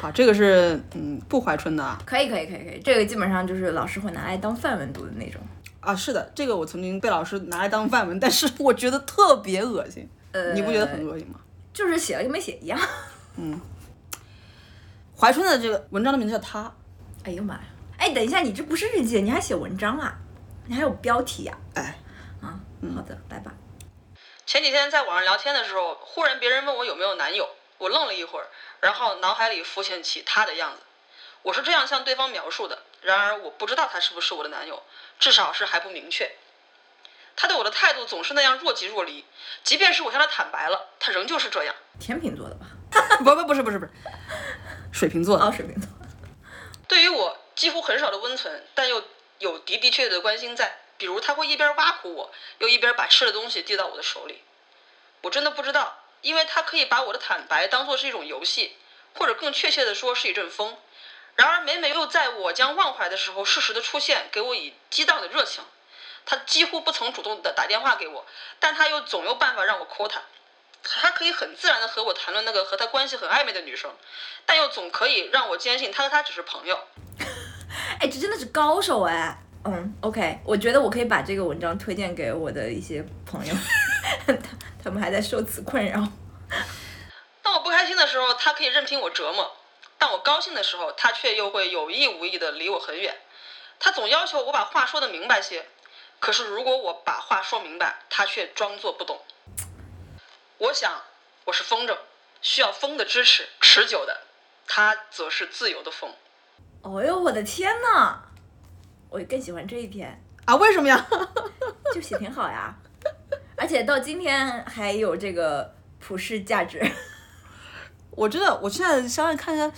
Speaker 2: 好，啊这个是嗯不怀春的啊
Speaker 4: 可以可以可以可以，这个基本上就是老师会拿来当范文读的那种。
Speaker 2: 啊，是的，这个我曾经被老师拿来当范文，但是我觉得特别恶心，
Speaker 4: 呃，
Speaker 2: 你不觉得很恶心吗？
Speaker 4: 就是写了跟没写一样。
Speaker 2: 怀春的这个文章的名字叫《他》，
Speaker 4: 哎呦妈呀！哎，等一下，你这不是日记，你还写文章啊？你还有标题呀、
Speaker 2: 哎，
Speaker 4: 啊？好的，来吧。
Speaker 3: 前几天在网上聊天的时候，忽然别人问我有没有男友，我愣了一会儿，然后脑海里浮现起他的样子。我是这样向对方描述的，然而我不知道他是不是我的男友，至少是还不明确。他对我的态度总是那样若即若离，即便是我向他坦白了，他仍旧是这样。
Speaker 4: 天秤座的吧？
Speaker 2: 不不不是不是不是，水瓶座
Speaker 4: 哦，
Speaker 2: 的，
Speaker 4: 水瓶座。
Speaker 3: 对于我几乎很少的温存，但又有的的确确的关心在。比如他会一边挖苦我，又一边把吃的东西递到我的手里。我真的不知道，因为他可以把我的坦白当做是一种游戏，或者更确切的说是一阵风。然而每每又在我将忘怀的时候，适时的出现，给我以激荡的热情。他几乎不曾主动的打电话给我，但他又总有办法让我 call 他。他可以很自然的和我谈论那个和他关系很暧昧的女生，但又总可以让我坚信他和她只是朋友。
Speaker 4: 哎，这真的是高手哎！嗯，OK，我觉得我可以把这个文章推荐给我的一些朋友， 他他们还在受此困扰。
Speaker 3: 当我不开心的时候，他可以任凭我折磨；当我高兴的时候，他却又会有意无意的离我很远。他总要求我把话说的明白些，可是如果我把话说明白，他却装作不懂。我想我是风筝，需要风的支持，持久的；他则是自由的风。
Speaker 4: 哦呦，我的天呐，我更喜欢这一篇，
Speaker 2: 啊？为什么呀？
Speaker 4: 就写挺好呀，而且到今天还有这个普世价值。
Speaker 2: 我真的，我现在想想看一下，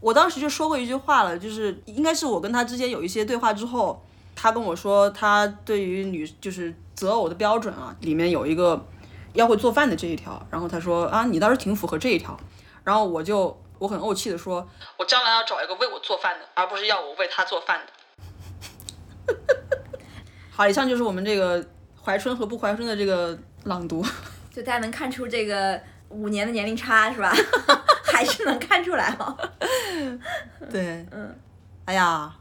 Speaker 2: 我当时就说过一句话了，就是应该是我跟他之间有一些对话之后，他跟我说他对于女就是择偶的标准啊，里面有一个要会做饭的这一条，然后他说啊，你倒是挺符合这一条，然后我就我很怄气的说，
Speaker 3: 我将来要找一个为我做饭的，而不是要我为他做饭的。
Speaker 2: 好，以上就是我们这个怀春和不怀春的这个朗读，
Speaker 4: 就大家能看出这个五年的年龄差是吧？ 还是能看出来哦。
Speaker 2: 对，嗯，哎呀，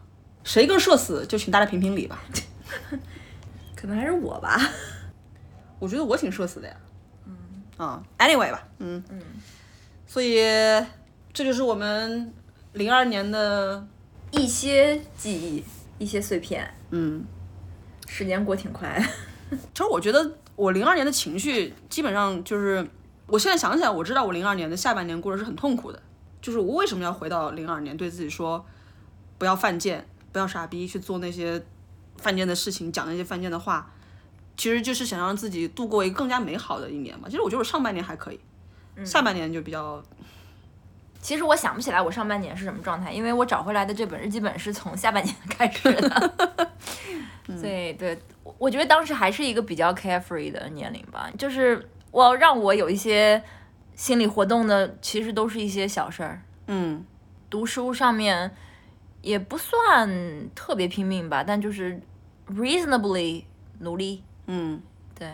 Speaker 2: 谁更社死就请大家评评理吧，
Speaker 4: 可能还是我吧。
Speaker 2: 我觉得我挺社死的呀。嗯啊，anyway 吧，嗯
Speaker 4: 嗯，
Speaker 2: 所以这就是我们零二年的，
Speaker 4: 一些记忆，一些碎片，
Speaker 2: 嗯，
Speaker 4: 时间过挺快。
Speaker 2: 其实我觉得我零二年的情绪基本上就是，我现在想起来，我知道我零二年的下半年过得是很痛苦的，就是我为什么要回到零二年，对自己说不要犯贱，不要傻逼，去做那些犯贱的事情，讲那些犯贱的话，其实就是想让自己度过一个更加美好的一年嘛。其实我觉得我上半年还可以，下半年就比较
Speaker 1: 其实我想不起来我上半年是什么状态，因为我找回来的这本日记本是从下半年 开始的。对对，我我觉得当时还是一个比较 carefree 的年龄吧，就是我让我有一些心理活动的，其实都是一些小事儿。
Speaker 2: 嗯。
Speaker 1: 读书上面也不算特别拼命吧，但就是 reasonably 努力。
Speaker 2: 嗯，
Speaker 1: 对，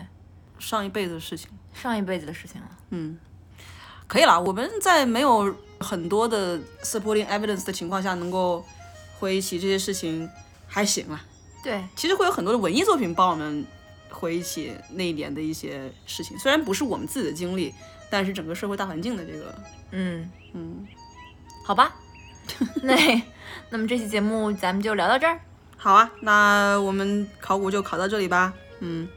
Speaker 2: 上一辈子的事情。
Speaker 1: 上一辈子的事情了。
Speaker 2: 嗯，可以了。我们在没有很多的 supporting evidence 的情况下，能够回忆起这些事情，还行啊。
Speaker 1: 对，
Speaker 2: 其实会有很多的文艺作品帮我们回忆起那一年的一些事情，虽然不是我们自己的经历，但是整个社会大环境的这个，
Speaker 1: 嗯，
Speaker 2: 嗯，
Speaker 1: 好吧。 那那么这期节目咱们就聊到这儿。
Speaker 2: 好啊。那我们考古就考到这里吧。嗯，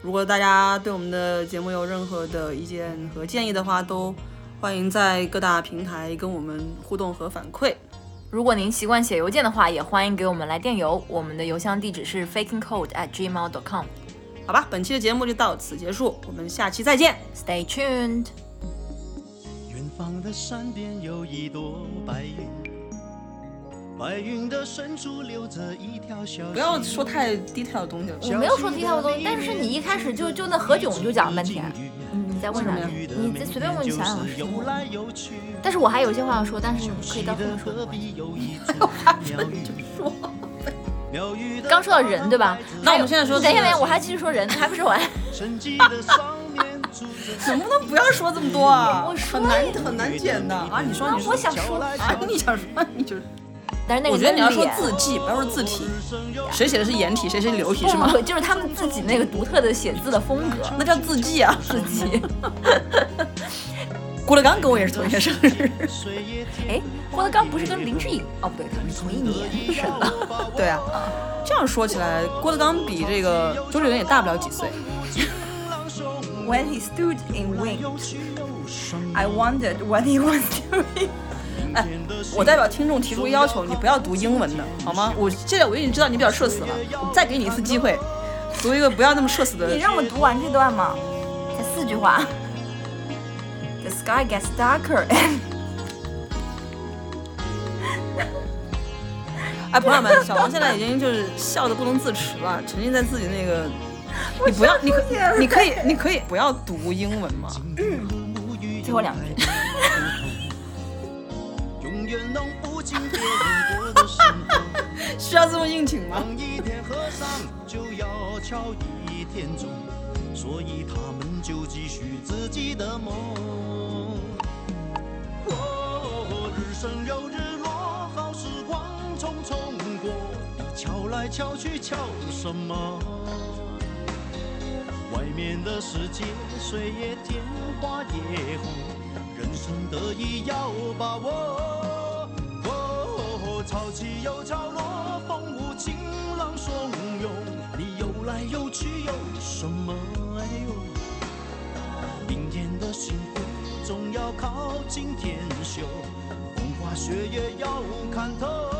Speaker 2: 如果大家对我们的节目有任何的意见和建议的话，都欢迎在各大平台跟我们互动和反馈。
Speaker 1: 如果您习惯写邮件的话，也欢迎给我们来电邮，我们的邮箱地址是 fakingcode at gmail.com。
Speaker 2: 好吧，本期的节目就到此结束，我们下期再见。
Speaker 1: Stay tuned。
Speaker 5: 远方的山边有一朵白云，白云的深处留着一条小溪。
Speaker 2: 不要说太 detail 的东西了，
Speaker 5: 小溪
Speaker 1: 我
Speaker 5: 的
Speaker 1: 没有说提到多，但是你一开始就就那何炅就讲了半天，你你再问啥？
Speaker 2: 什么呀
Speaker 1: 你再随便问，你想想是什么？
Speaker 5: 有去。
Speaker 1: 但是我还有一些话要说，但是可以到后面说没
Speaker 5: 隔
Speaker 1: 关系。
Speaker 5: 壁有一 座庙宇。
Speaker 1: 刚说到人对吧？
Speaker 2: 那我们现在说
Speaker 1: 等一下，等一下，我还继续说人，还不说完。
Speaker 5: 神奇的上 面住着
Speaker 2: 能不能不要说这么多啊？
Speaker 1: 我说
Speaker 2: 很难很难剪的啊！你说你说
Speaker 1: 我想说，
Speaker 2: 啊，哎你想说你就是，
Speaker 1: 但是那个
Speaker 2: 我觉得你要
Speaker 1: 人
Speaker 2: 说
Speaker 1: 脸
Speaker 2: 字迹，不要说字体，嗯谁写的是颜体，谁写的是流体
Speaker 1: 不
Speaker 2: 是吗
Speaker 1: 不？不，就是他们自己那个独特的写字的风格。
Speaker 2: 那叫字迹啊！
Speaker 1: 自己，
Speaker 2: 郭德纲跟我也是同一天生 日，
Speaker 5: 水也甜。
Speaker 1: 哎，郭德纲不是跟林志颖？哦，不对，他们同一年生的。
Speaker 2: 对啊。这样说起来，郭德纲比这个周杰伦也大不了几岁。
Speaker 4: When he stood in wind, I wondered what he was doing.
Speaker 2: 哎我代表听众提出个要求，你不要读英文的好吗？我现在我已经知道你比较社死了，我再给你一次机会，读一个不要那么社死的。
Speaker 4: 你让我读完这段嘛。
Speaker 1: 才四句话。
Speaker 4: The sky gets darker and
Speaker 2: 哎，朋友们，小王现在已经就是笑得不能自持了，沉浸在自己那个。你不要，你可你可以，你可以不要读英文嘛？
Speaker 1: 最后两句。
Speaker 5: 永远弄不清别人过的生活。
Speaker 2: 需要这么应景吗？
Speaker 5: 当一天和尚就要敲一天钟，所以他们就继续自己的梦。哦，日升又日落，好时光匆匆过，你敲来来敲去敲什么？外面的世界，水也甜，花也红，人生得意要把握。哦，潮起又潮落，风无情，浪汹涌，你游来游去有什么？哎呦，明天的幸福总要靠今天修，风花雪月要看透。